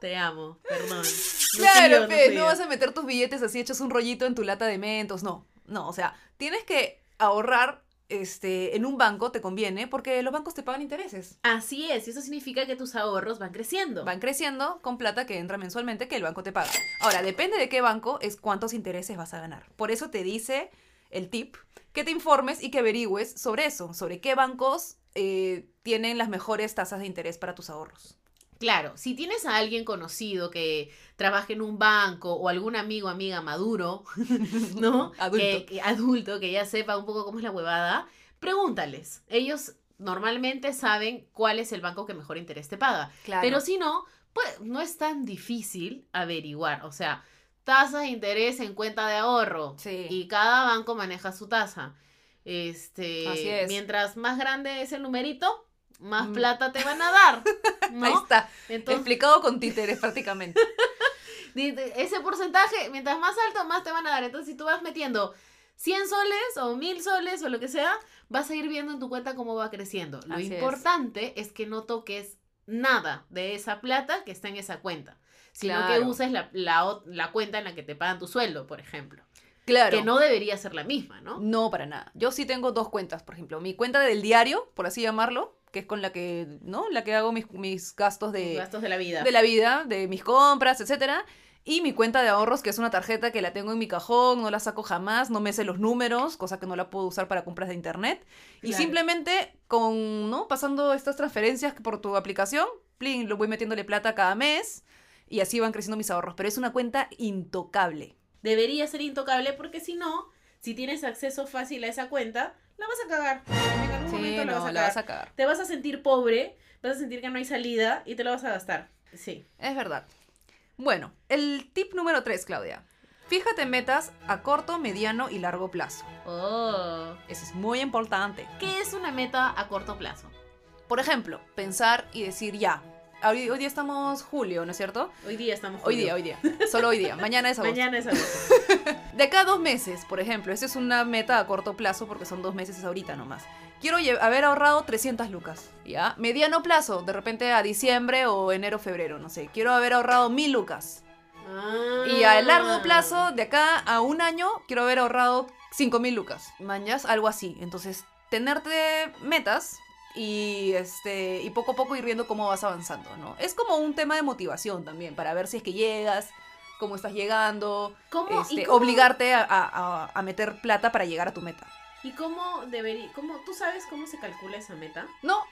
[SPEAKER 3] Te amo, perdón. No
[SPEAKER 4] Claro,
[SPEAKER 3] fui yo, pues, no
[SPEAKER 4] pe,
[SPEAKER 3] fui
[SPEAKER 4] no
[SPEAKER 3] yo.
[SPEAKER 4] vas a meter tus billetes así hechos un rollito en tu lata de mentos, no. No, o sea, tienes que ahorrar este, en un banco, te conviene, porque los bancos te pagan intereses.
[SPEAKER 3] Así es, y eso significa que tus ahorros van creciendo.
[SPEAKER 4] Van creciendo con plata que entra mensualmente que el banco te paga. Ahora, depende de qué banco es cuántos intereses vas a ganar. Por eso te dice el tip que te informes y que averigües sobre eso, sobre qué bancos eh, tienen las mejores tasas de interés para tus ahorros.
[SPEAKER 3] Claro, si tienes a alguien conocido que trabaje en un banco o algún amigo, amiga maduro, ¿no?
[SPEAKER 4] Adulto.
[SPEAKER 3] Que, que- adulto, que ya sepa un poco cómo es la huevada, pregúntales. Ellos normalmente saben cuál es el banco que mejor interés te paga.
[SPEAKER 4] Claro.
[SPEAKER 3] Pero si no, pues no es tan difícil averiguar. O sea, tasas de interés en cuenta de ahorro.
[SPEAKER 4] Sí.
[SPEAKER 3] Y cada banco maneja su tasa. Este,
[SPEAKER 4] Así es.
[SPEAKER 3] mientras más grande es el numerito, más
[SPEAKER 4] Mm.
[SPEAKER 3] plata te van a dar, ¿no?
[SPEAKER 4] Ahí está,
[SPEAKER 3] Entonces,
[SPEAKER 4] explicado con títeres prácticamente.
[SPEAKER 3] di- di- ese porcentaje, mientras más alto, más te van a dar. Entonces, si tú vas metiendo 100 soles o 1000 soles o lo que sea, vas a ir viendo en tu cuenta cómo va creciendo. Lo
[SPEAKER 4] Así es.
[SPEAKER 3] importante es. que no toques nada de esa plata que está en esa cuenta, sino que
[SPEAKER 4] Claro.
[SPEAKER 3] uses la, la ot- la cuenta en la que te pagan tu sueldo, por ejemplo.
[SPEAKER 4] Claro.
[SPEAKER 3] Que no debería ser la misma, ¿no?
[SPEAKER 4] No, para nada. Yo sí tengo dos cuentas, por ejemplo. Mi cuenta del diario, por así llamarlo, que es con la que, ¿no? La que hago mis, mis gastos de,
[SPEAKER 3] Gastos de la vida.
[SPEAKER 4] de la vida, de mis compras, etcétera. Y mi cuenta de ahorros, que es una tarjeta que la tengo en mi cajón, no la saco jamás, no me sé los números, cosa que no la puedo usar para compras de internet. Y
[SPEAKER 3] Claro.
[SPEAKER 4] simplemente con, ¿no? Pasando estas transferencias por tu aplicación, plin, lo voy metiéndole plata cada mes y así van creciendo mis ahorros. Pero es una cuenta intocable.
[SPEAKER 3] debería ser intocable porque si no, si tienes acceso fácil a esa cuenta, la vas a cagar. En algún momento la
[SPEAKER 4] no,
[SPEAKER 3] vas a
[SPEAKER 4] la
[SPEAKER 3] cagar.
[SPEAKER 4] vas a cagar.
[SPEAKER 3] Te vas a sentir pobre, vas a sentir que no hay salida y te la vas a gastar. Sí.
[SPEAKER 4] Es verdad. Bueno, el tip número 3, Claudia. Fíjate metas a corto, mediano y largo plazo.
[SPEAKER 3] Oh.
[SPEAKER 4] Eso es muy importante.
[SPEAKER 3] ¿Qué es una meta a corto plazo?
[SPEAKER 4] Por ejemplo, pensar y decir ya. Hoy, hoy día estamos julio, ¿no es cierto?
[SPEAKER 3] Hoy día estamos
[SPEAKER 4] Hoy día,
[SPEAKER 3] junio.
[SPEAKER 4] hoy día. Solo hoy día. Mañana es agosto.
[SPEAKER 3] Mañana es agosto.
[SPEAKER 4] De acá a dos meses, por ejemplo. Esa es una meta a corto plazo porque son dos meses ahorita nomás. Quiero lle- haber ahorrado 300 lucas. ¿Ya? Mediano plazo, de repente a diciembre o enero, febrero, no sé. Quiero haber ahorrado 1000 lucas. Y a
[SPEAKER 3] Ah.
[SPEAKER 4] largo plazo, de acá a un año, quiero haber ahorrado 5.000 lucas. Mañas, algo así. Entonces, tenerte metas y, este, y poco a poco ir viendo cómo vas avanzando, ¿no? Es como un tema de motivación también, para ver si es que llegas, cómo estás llegando,
[SPEAKER 3] ¿Cómo,
[SPEAKER 4] este,
[SPEAKER 3] y cómo-
[SPEAKER 4] obligarte a, a- a- a meter plata para llegar a tu meta.
[SPEAKER 3] ¿Y cómo debería.? Cómo, ¿Tú sabes cómo se calcula esa meta?
[SPEAKER 4] No.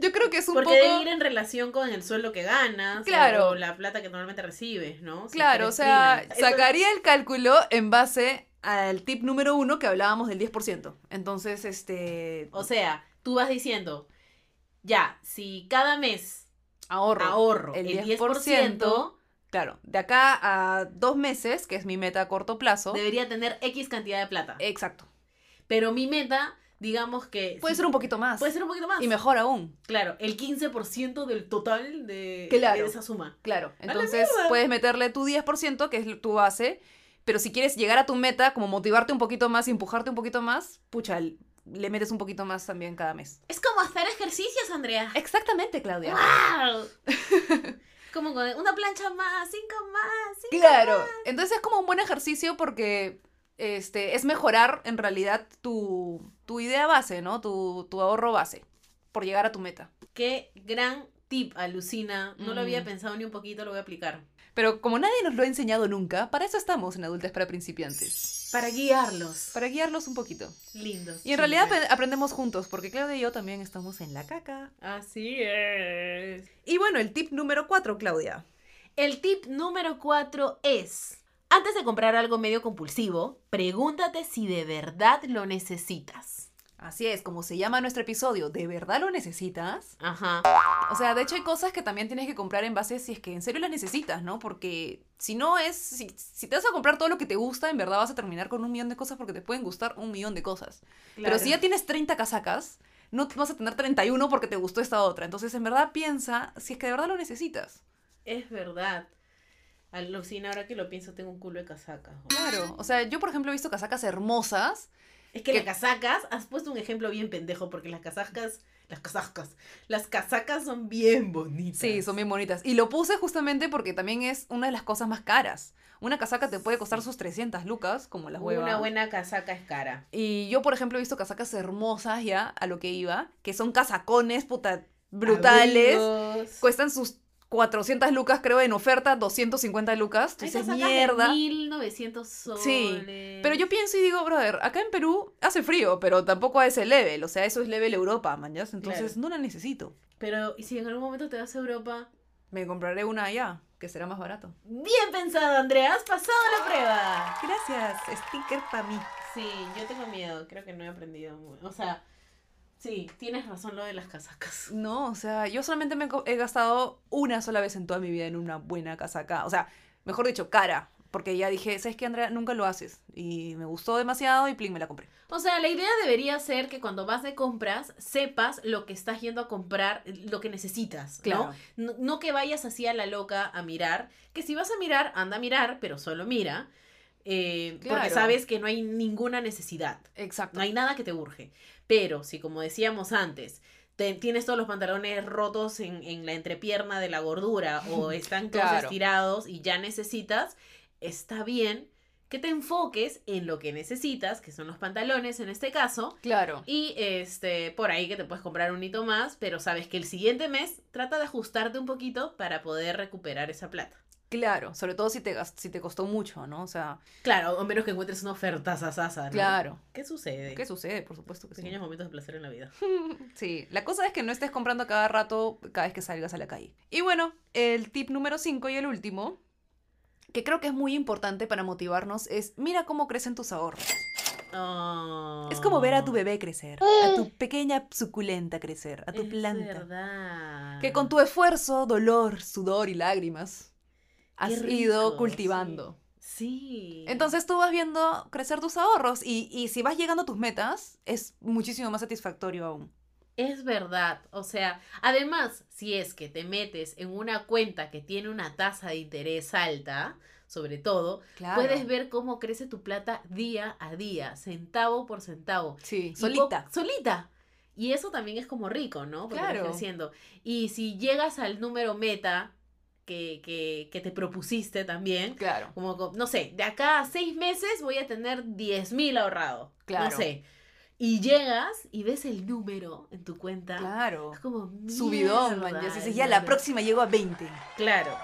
[SPEAKER 4] Yo creo que es un
[SPEAKER 3] Porque
[SPEAKER 4] poco...
[SPEAKER 3] debe ir en relación con el sueldo que ganas. o-
[SPEAKER 4] Claro.
[SPEAKER 3] O la plata que normalmente recibes, ¿no? Si
[SPEAKER 4] Claro, o
[SPEAKER 3] eres
[SPEAKER 4] sea,
[SPEAKER 3] freelance. Eso-
[SPEAKER 4] sacaría el cálculo en base al tip número uno que hablábamos del 10%. Entonces, este...
[SPEAKER 3] O sea, tú vas diciendo, ya, si cada mes
[SPEAKER 4] ahorro.
[SPEAKER 3] ahorro el
[SPEAKER 4] El
[SPEAKER 3] 10%,
[SPEAKER 4] 10%, Claro, de acá a dos meses, que es mi meta a corto plazo.
[SPEAKER 3] debería tener X cantidad de plata.
[SPEAKER 4] Exacto.
[SPEAKER 3] Pero mi meta, digamos que...
[SPEAKER 4] Puede
[SPEAKER 3] sí,
[SPEAKER 4] ser un poquito más.
[SPEAKER 3] puede ser un poquito más.
[SPEAKER 4] Y mejor aún.
[SPEAKER 3] Claro, el 15% del total de,
[SPEAKER 4] Claro.
[SPEAKER 3] de esa suma.
[SPEAKER 4] Claro.
[SPEAKER 3] la
[SPEAKER 4] Entonces,
[SPEAKER 3] mierda!
[SPEAKER 4] puedes meterle tu 10%, que es tu base. Pero si quieres llegar a tu meta, como motivarte un poquito más y empujarte un poquito más, pucha, le metes un poquito más también cada mes.
[SPEAKER 3] Es como hacer ejercicios, Andrea.
[SPEAKER 4] Exactamente, Claudia.
[SPEAKER 3] ¡Wow! como con una plancha más, cinco más. cinco-
[SPEAKER 4] Claro. Entonces es como un buen ejercicio porque este, es mejorar en realidad tu, tu idea base, ¿no? Tu, tu ahorro base por llegar a tu meta.
[SPEAKER 3] Qué gran tip, alucina. No lo había
[SPEAKER 4] Mm.
[SPEAKER 3] pensado ni un poquito, lo voy a aplicar.
[SPEAKER 4] Pero como nadie nos lo ha enseñado nunca, para eso estamos en Adultas para Principiantes.
[SPEAKER 3] Para guiarlos.
[SPEAKER 4] Para guiarlos un poquito.
[SPEAKER 3] Lindos.
[SPEAKER 4] Y en realidad
[SPEAKER 3] chicos.
[SPEAKER 4] apre- aprendemos juntos, porque Claudia y yo también estamos en la caca.
[SPEAKER 3] Así es.
[SPEAKER 4] Y bueno, el tip número cuatro, Claudia.
[SPEAKER 3] El tip número 4 es, antes de comprar algo medio compulsivo, pregúntate si de verdad lo necesitas.
[SPEAKER 4] Así es, como se llama nuestro episodio, ¿de verdad lo necesitas?
[SPEAKER 3] Ajá.
[SPEAKER 4] O sea, de hecho hay cosas que también tienes que comprar en base si es que en serio las necesitas, ¿no? Porque si no es, si, si te vas a comprar todo lo que te gusta, en verdad vas a terminar con un millón de cosas porque te pueden gustar un millón de cosas. Pero si ya tienes 30 casacas, no te- vas a tener 31 porque te gustó esta otra. Entonces, en verdad piensa si es que de verdad lo necesitas.
[SPEAKER 3] Es verdad. Alucina, ahora que lo pienso, tengo un culo de casacas.
[SPEAKER 4] Claro. O sea, yo por ejemplo he visto casacas hermosas.
[SPEAKER 3] Es que
[SPEAKER 4] ¿Qué?
[SPEAKER 3] las casacas, has puesto un ejemplo bien pendejo, porque las casacas, las casacas, las casacas son bien bonitas.
[SPEAKER 4] Sí, son bien bonitas. Y lo puse justamente porque también es una de las cosas más caras. Una casaca te puede costar sus 300 lucas, como las huevas.
[SPEAKER 3] Una buena casaca es cara.
[SPEAKER 4] Y yo, por ejemplo, he visto casacas hermosas ya, a lo que iba, que son casacones, puta, brutales.
[SPEAKER 3] Abrigos.
[SPEAKER 4] Cuestan sus 400 lucas, creo, en oferta, 250 lucas. Tú
[SPEAKER 3] Ahí te
[SPEAKER 4] dices,
[SPEAKER 3] sacas de
[SPEAKER 4] mierda.
[SPEAKER 3] 1900 soles.
[SPEAKER 4] Sí, Pero yo pienso y digo, brother, acá en Perú hace frío, pero tampoco a ese level. O sea, eso es level Europa, mañas. Entonces no la necesito.
[SPEAKER 3] Pero, ¿y si en algún momento te vas a Europa?
[SPEAKER 4] Me compraré una allá, que será más barato.
[SPEAKER 3] Bien pensado, Andrea, has pasado la prueba.
[SPEAKER 4] Gracias, sticker para mí.
[SPEAKER 3] Sí, yo tengo miedo, creo que no he aprendido muy- O sea, sí, tienes razón lo de las casacas.
[SPEAKER 4] No, o sea, yo solamente me co- he gastado una sola vez en toda mi vida en una buena casaca. O sea, mejor dicho, cara. Porque ya dije, ¿sabes qué, Andrea? Nunca lo haces. Y me gustó demasiado y plin, me la compré.
[SPEAKER 3] O sea, la idea debería ser que cuando vas de compras sepas lo que estás yendo a comprar, lo que necesitas, ¿no?
[SPEAKER 4] Claro.
[SPEAKER 3] No, no que vayas así a la loca a mirar, que si vas a mirar, anda a mirar, pero solo mira, eh, porque
[SPEAKER 4] Claro.
[SPEAKER 3] sabes que no hay ninguna necesidad,
[SPEAKER 4] Exacto.
[SPEAKER 3] no hay nada que te urge. Pero si, como decíamos antes, te- tienes todos los pantalones rotos en, en la entrepierna de la gordura o están todos
[SPEAKER 4] Claro.
[SPEAKER 3] estirados y ya necesitas, está bien que te enfoques en lo que necesitas, que son los pantalones en este caso,
[SPEAKER 4] Claro.
[SPEAKER 3] y este, por ahí que te puedes comprar un hito más, pero sabes que el siguiente mes trata de ajustarte un poquito para poder recuperar esa plata.
[SPEAKER 4] Claro. Sobre todo si te, gas- si te costó mucho, ¿no? O sea,
[SPEAKER 3] Claro, o menos que encuentres una oferta sasasa, ¿no?
[SPEAKER 4] claro.
[SPEAKER 3] ¿Qué sucede?
[SPEAKER 4] ¿Qué sucede? Por supuesto que sí.
[SPEAKER 3] Pequeños momentos de placer en la vida.
[SPEAKER 4] Sí, la cosa es que no estés comprando cada rato cada vez que salgas a la calle. Y bueno, el tip número 5 y el último, que creo que es muy importante para motivarnos, es mira cómo crecen tus ahorros.
[SPEAKER 3] Oh.
[SPEAKER 4] Es como ver a tu bebé crecer, a tu pequeña suculenta crecer, a tu
[SPEAKER 3] Es
[SPEAKER 4] planta.
[SPEAKER 3] verdad.
[SPEAKER 4] Que con tu esfuerzo, dolor, sudor y lágrimas has
[SPEAKER 3] Qué
[SPEAKER 4] ido
[SPEAKER 3] rico,
[SPEAKER 4] cultivando.
[SPEAKER 3] Sí.
[SPEAKER 4] Entonces tú vas viendo crecer tus ahorros y, y si vas llegando a tus metas, es muchísimo más satisfactorio aún.
[SPEAKER 3] Es verdad, o sea, además, si es que te metes en una cuenta que tiene una tasa de interés alta, sobre todo,
[SPEAKER 4] Claro.
[SPEAKER 3] puedes ver cómo crece tu plata día a día, centavo por centavo.
[SPEAKER 4] Sí,
[SPEAKER 3] Y
[SPEAKER 4] solita.
[SPEAKER 3] po- solita. Y eso también es como rico, ¿no? Porque vas
[SPEAKER 4] Claro.
[SPEAKER 3] creciendo. Y si llegas al número meta que, que, que te propusiste también,
[SPEAKER 4] Claro.
[SPEAKER 3] como, co- no sé, de acá a seis meses voy a tener 10 mil ahorrado.
[SPEAKER 4] Claro.
[SPEAKER 3] No sé. Y llegas y ves el número en tu cuenta.
[SPEAKER 4] Claro.
[SPEAKER 3] Es como
[SPEAKER 4] Subidón,
[SPEAKER 3] mierda,
[SPEAKER 4] man. Ya dices, ya la
[SPEAKER 3] hermano".
[SPEAKER 4] próxima llego a 20.
[SPEAKER 3] Claro.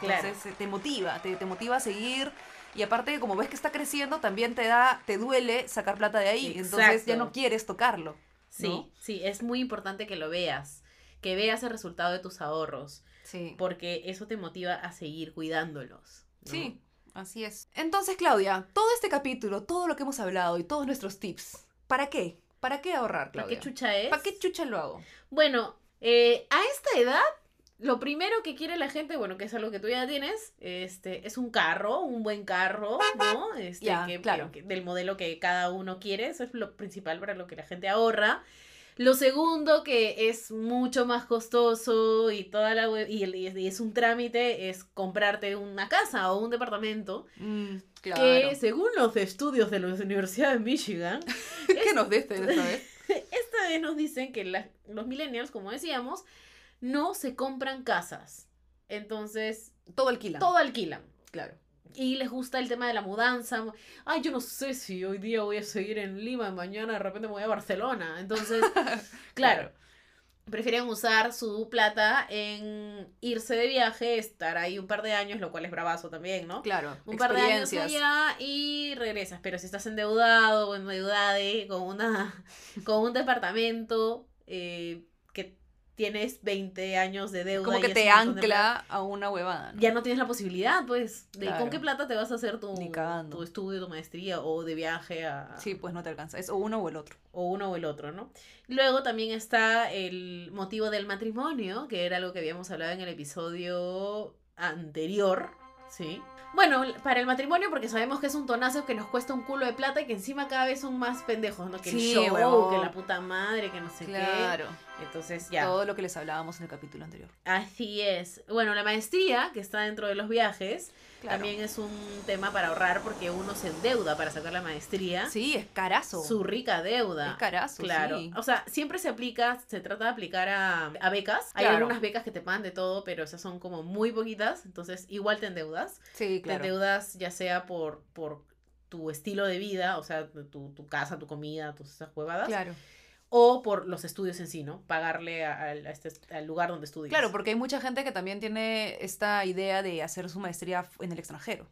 [SPEAKER 3] Claro.
[SPEAKER 4] Entonces eh, te motiva, te, te motiva a seguir. Y aparte, como ves que está creciendo, también te da, te duele sacar plata de ahí. Entonces ya
[SPEAKER 3] Exacto.
[SPEAKER 4] no quieres tocarlo.
[SPEAKER 3] Sí,
[SPEAKER 4] ¿no?
[SPEAKER 3] sí, es muy importante que lo veas. Que veas el resultado de tus ahorros.
[SPEAKER 4] Sí.
[SPEAKER 3] porque eso te motiva a seguir cuidándolos. ¿no?
[SPEAKER 4] Sí, así es. Entonces, Claudia, todo este capítulo, todo lo que hemos hablado y todos nuestros tips, ¿para qué? ¿Para qué ahorrar,
[SPEAKER 3] ¿Para
[SPEAKER 4] Claudia?
[SPEAKER 3] qué chucha es?
[SPEAKER 4] ¿Para qué chucha lo hago?
[SPEAKER 3] bueno, eh, a esta edad, lo primero que quiere la gente, bueno, que es algo que tú ya tienes, este, es un carro, un buen carro, ¿no? Este,
[SPEAKER 4] Ya,
[SPEAKER 3] que-
[SPEAKER 4] claro.
[SPEAKER 3] que- del modelo que cada uno quiere, eso es lo principal para lo que la gente ahorra. Lo segundo, que es mucho más costoso y toda la hue- y, el- y es un trámite, es comprarte una casa o un departamento.
[SPEAKER 4] Mm, claro.
[SPEAKER 3] que según los estudios de la Universidad de Michigan,
[SPEAKER 4] ¿Qué nos diste esta vez?
[SPEAKER 3] esta vez nos dicen que la- los millennials, como decíamos, no se compran casas. Entonces,
[SPEAKER 4] Todo alquila.
[SPEAKER 3] todo alquilan.
[SPEAKER 4] Claro.
[SPEAKER 3] Y les gusta el tema de la mudanza. Ay, yo no sé si hoy día voy a seguir en Lima y mañana de repente me voy a Barcelona. Entonces, claro. Prefieren usar su plata en irse de viaje, estar ahí un par de años, lo cual es bravazo también, ¿no?
[SPEAKER 4] Claro.
[SPEAKER 3] un par de años
[SPEAKER 4] experiencias.
[SPEAKER 3] allá y regresas. Pero si estás endeudado o endeudada con, una, con un departamento eh, que tienes 20 años de deuda.
[SPEAKER 4] Como
[SPEAKER 3] y
[SPEAKER 4] que
[SPEAKER 3] es
[SPEAKER 4] te
[SPEAKER 3] un montón de plata,
[SPEAKER 4] ancla a una huevada. ¿no?
[SPEAKER 3] Ya no tienes la posibilidad, pues, de
[SPEAKER 4] Claro.
[SPEAKER 3] con qué plata te vas a hacer tu,
[SPEAKER 4] Ni cagando.
[SPEAKER 3] tu estudio, tu maestría o de viaje a,
[SPEAKER 4] Sí, pues no te alcanza. Es o uno o el otro.
[SPEAKER 3] o uno o el otro, ¿no? Luego también está el motivo del matrimonio, que era algo que habíamos hablado en el episodio anterior, ¿sí? Bueno, para el matrimonio, porque sabemos que es un tonazo que nos cuesta un culo de plata y que encima cada vez son más pendejos, ¿no? Que
[SPEAKER 4] Sí,
[SPEAKER 3] el show,
[SPEAKER 4] huevón.
[SPEAKER 3] que la puta madre, que no sé qué. Entonces, ya.
[SPEAKER 4] Todo lo que les hablábamos en el capítulo anterior.
[SPEAKER 3] Así es. Bueno, la maestría, que está dentro de los viajes, también es un tema para ahorrar porque uno se endeuda para sacar la maestría.
[SPEAKER 4] Sí, es carazo.
[SPEAKER 3] Su rica deuda.
[SPEAKER 4] Es carazo,
[SPEAKER 3] Claro.
[SPEAKER 4] sí.
[SPEAKER 3] O sea, siempre se aplica, se trata de aplicar a, a becas. Hay
[SPEAKER 4] Claro.
[SPEAKER 3] algunas becas que te pagan de todo, pero esas son como muy poquitas. Entonces, igual te endeudas.
[SPEAKER 4] Sí,
[SPEAKER 3] Te endeudas ya sea por, por tu estilo de vida, o sea, tu, tu casa, tu comida, tus esas huevadas.
[SPEAKER 4] Claro.
[SPEAKER 3] o por los estudios en sí, ¿no? Pagarle a- al- a este- al lugar donde estudias.
[SPEAKER 4] Claro, porque hay mucha gente que también tiene esta idea de hacer su maestría f- en el extranjero.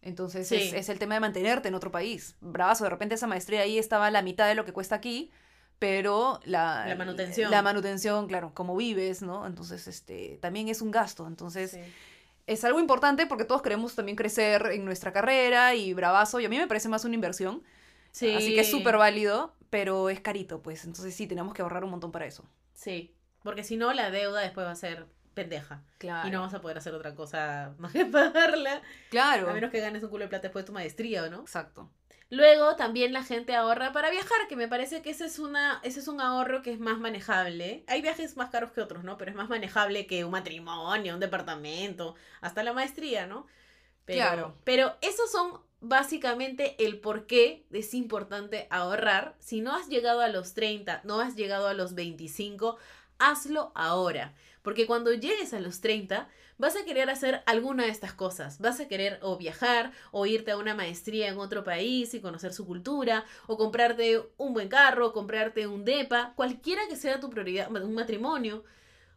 [SPEAKER 4] Entonces
[SPEAKER 3] Sí.
[SPEAKER 4] es, es el tema de mantenerte en otro país. Bravazo, de repente esa maestría ahí estaba a la mitad de lo que cuesta aquí, pero la,
[SPEAKER 3] La manutención.
[SPEAKER 4] La manutención, claro, como vives, ¿no? Entonces este también es un gasto. Entonces
[SPEAKER 3] Sí.
[SPEAKER 4] es algo importante porque todos queremos también crecer en nuestra carrera y bravazo. Y a mí me parece más una inversión. Ah, Así que es
[SPEAKER 3] Sí.
[SPEAKER 4] súper válido, pero es carito, pues. Entonces sí, tenemos que ahorrar un montón para eso.
[SPEAKER 3] Sí, porque si no, la deuda después va a ser pendeja.
[SPEAKER 4] Claro.
[SPEAKER 3] Y no vas a poder hacer otra cosa más que pagarla.
[SPEAKER 4] Claro.
[SPEAKER 3] A menos que ganes un culo de plata después de tu maestría, ¿o no?
[SPEAKER 4] Exacto.
[SPEAKER 3] Luego también la gente ahorra para viajar, que me parece que ese es, una, ese es un ahorro que es más manejable. Hay viajes más caros que otros, ¿no? Pero es más manejable que un matrimonio, un departamento, hasta la maestría, ¿no? Pero,
[SPEAKER 4] Claro.
[SPEAKER 3] Pero esos son básicamente el por qué es importante ahorrar. Si no has llegado a los 30, no has llegado a los 25, hazlo ahora. Porque cuando llegues a los 30, vas a querer hacer alguna de estas cosas. Vas a querer o viajar, o irte a una maestría en otro país y conocer su cultura, o comprarte un buen carro, comprarte un DEPA, cualquiera que sea tu prioridad, un matrimonio,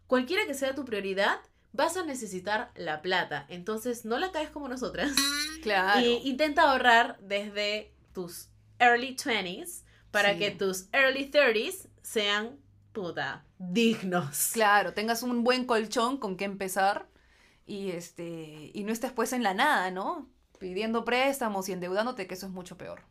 [SPEAKER 3] cualquiera que sea tu prioridad, vas a necesitar la plata. Entonces no la caes como nosotras.
[SPEAKER 4] Claro.
[SPEAKER 3] Y intenta ahorrar desde tus early 20s para
[SPEAKER 4] Sí.
[SPEAKER 3] que tus early 30s sean puta dignos.
[SPEAKER 4] Claro, tengas un buen colchón con que empezar y este y no estés pues en la nada, ¿no? Pidiendo préstamos y endeudándote, que eso es mucho peor.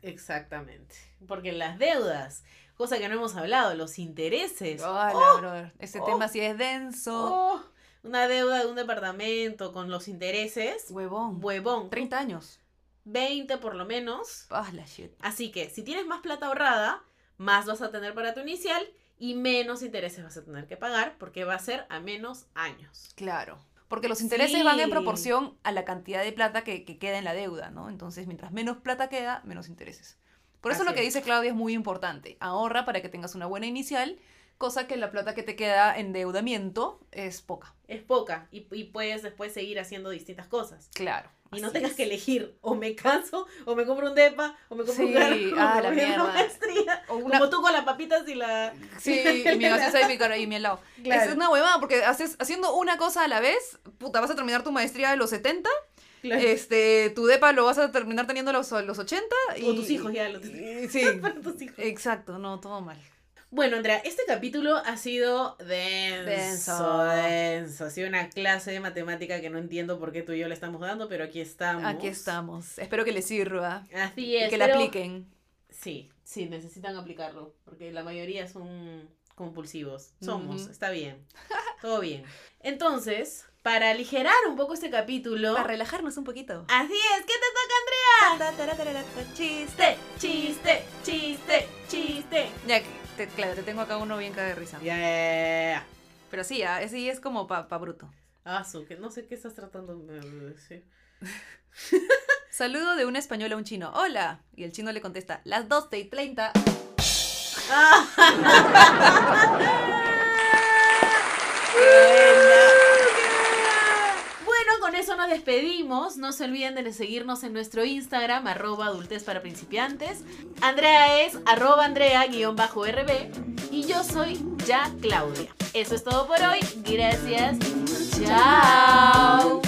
[SPEAKER 3] Exactamente. Porque las deudas, cosa que no hemos hablado, los intereses.
[SPEAKER 4] Hola, brother. Este
[SPEAKER 3] Oh.
[SPEAKER 4] tema sí es denso.
[SPEAKER 3] Oh, una deuda de un departamento con los intereses.
[SPEAKER 4] Huevón.
[SPEAKER 3] Huevón.
[SPEAKER 4] 30 años.
[SPEAKER 3] 20 por lo menos.
[SPEAKER 4] Ah, la shit.
[SPEAKER 3] Así que si tienes más plata ahorrada, más vas a tener para tu inicial y menos intereses vas a tener que pagar porque va a ser a menos años.
[SPEAKER 4] Claro. Porque los intereses van en
[SPEAKER 3] Sí.
[SPEAKER 4] proporción a la cantidad de plata que, que queda en la deuda, ¿no? Entonces, mientras menos plata queda, menos intereses. Por eso
[SPEAKER 3] Así
[SPEAKER 4] lo que
[SPEAKER 3] es.
[SPEAKER 4] dice Claudia es muy importante. Ahorra para que tengas una buena inicial, cosa que la plata que te queda en endeudamiento es poca.
[SPEAKER 3] Es poca y, y puedes después seguir haciendo distintas cosas.
[SPEAKER 4] Claro.
[SPEAKER 3] Y no
[SPEAKER 4] así
[SPEAKER 3] tengas
[SPEAKER 4] es.
[SPEAKER 3] que elegir o me caso, o me compro un depa, o me compro
[SPEAKER 4] Sí,
[SPEAKER 3] un carro, o
[SPEAKER 4] ah,
[SPEAKER 3] me
[SPEAKER 4] la
[SPEAKER 3] voy a
[SPEAKER 4] mierda.
[SPEAKER 3] una maestría.
[SPEAKER 4] O una-
[SPEAKER 3] Como tú con las papitas y la...
[SPEAKER 4] Sí, y mi gaseosa y mi, cara- y mi helado.
[SPEAKER 3] Claro.
[SPEAKER 4] Es una huevada porque haces, haciendo una cosa a la vez, puta, vas a terminar tu maestría de los 70,
[SPEAKER 3] Claro.
[SPEAKER 4] este, tu depa lo vas a terminar teniendo a los, a los 80. Y,
[SPEAKER 3] o tus hijos ya. Los...
[SPEAKER 4] y- eh. sí,
[SPEAKER 3] para tus hijos.
[SPEAKER 4] exacto, no, todo mal.
[SPEAKER 3] Bueno, Andrea, este capítulo ha sido denso,
[SPEAKER 4] Denso.
[SPEAKER 3] denso. Ha sido una clase de matemática que no entiendo por qué tú y yo le estamos dando, pero aquí estamos.
[SPEAKER 4] Aquí estamos. Espero que les sirva.
[SPEAKER 3] Así es.
[SPEAKER 4] y que la
[SPEAKER 3] pero-
[SPEAKER 4] apliquen.
[SPEAKER 3] Sí, sí, necesitan aplicarlo, porque la mayoría son compulsivos. Somos,
[SPEAKER 4] Ujú.
[SPEAKER 3] está bien. Todo bien. Entonces, para aligerar un poco este capítulo...
[SPEAKER 4] Para relajarnos un poquito.
[SPEAKER 3] Así es, ¿qué te
[SPEAKER 4] Ah. Chiste.
[SPEAKER 3] toca? Chiste, chiste, chiste.
[SPEAKER 4] Ya, te, claro, te tengo acá uno bien cae de risa.
[SPEAKER 3] Yeah.
[SPEAKER 4] Pero sí, ah, sí es como pa, pa bruto.
[SPEAKER 3] Ah, su, que no sé qué estás tratando de decir.
[SPEAKER 4] Saludo de un español a un chino. Hola. Y el chino le contesta, las 12 y 30.
[SPEAKER 3] Ah. Bueno, con eso nos despedimos. No se olviden de seguirnos en nuestro Instagram, arroba adultez para principiantes. Andrea es arroba Andrea-RB. Y yo soy ya Claudia. Eso es todo por hoy. Gracias. Chao.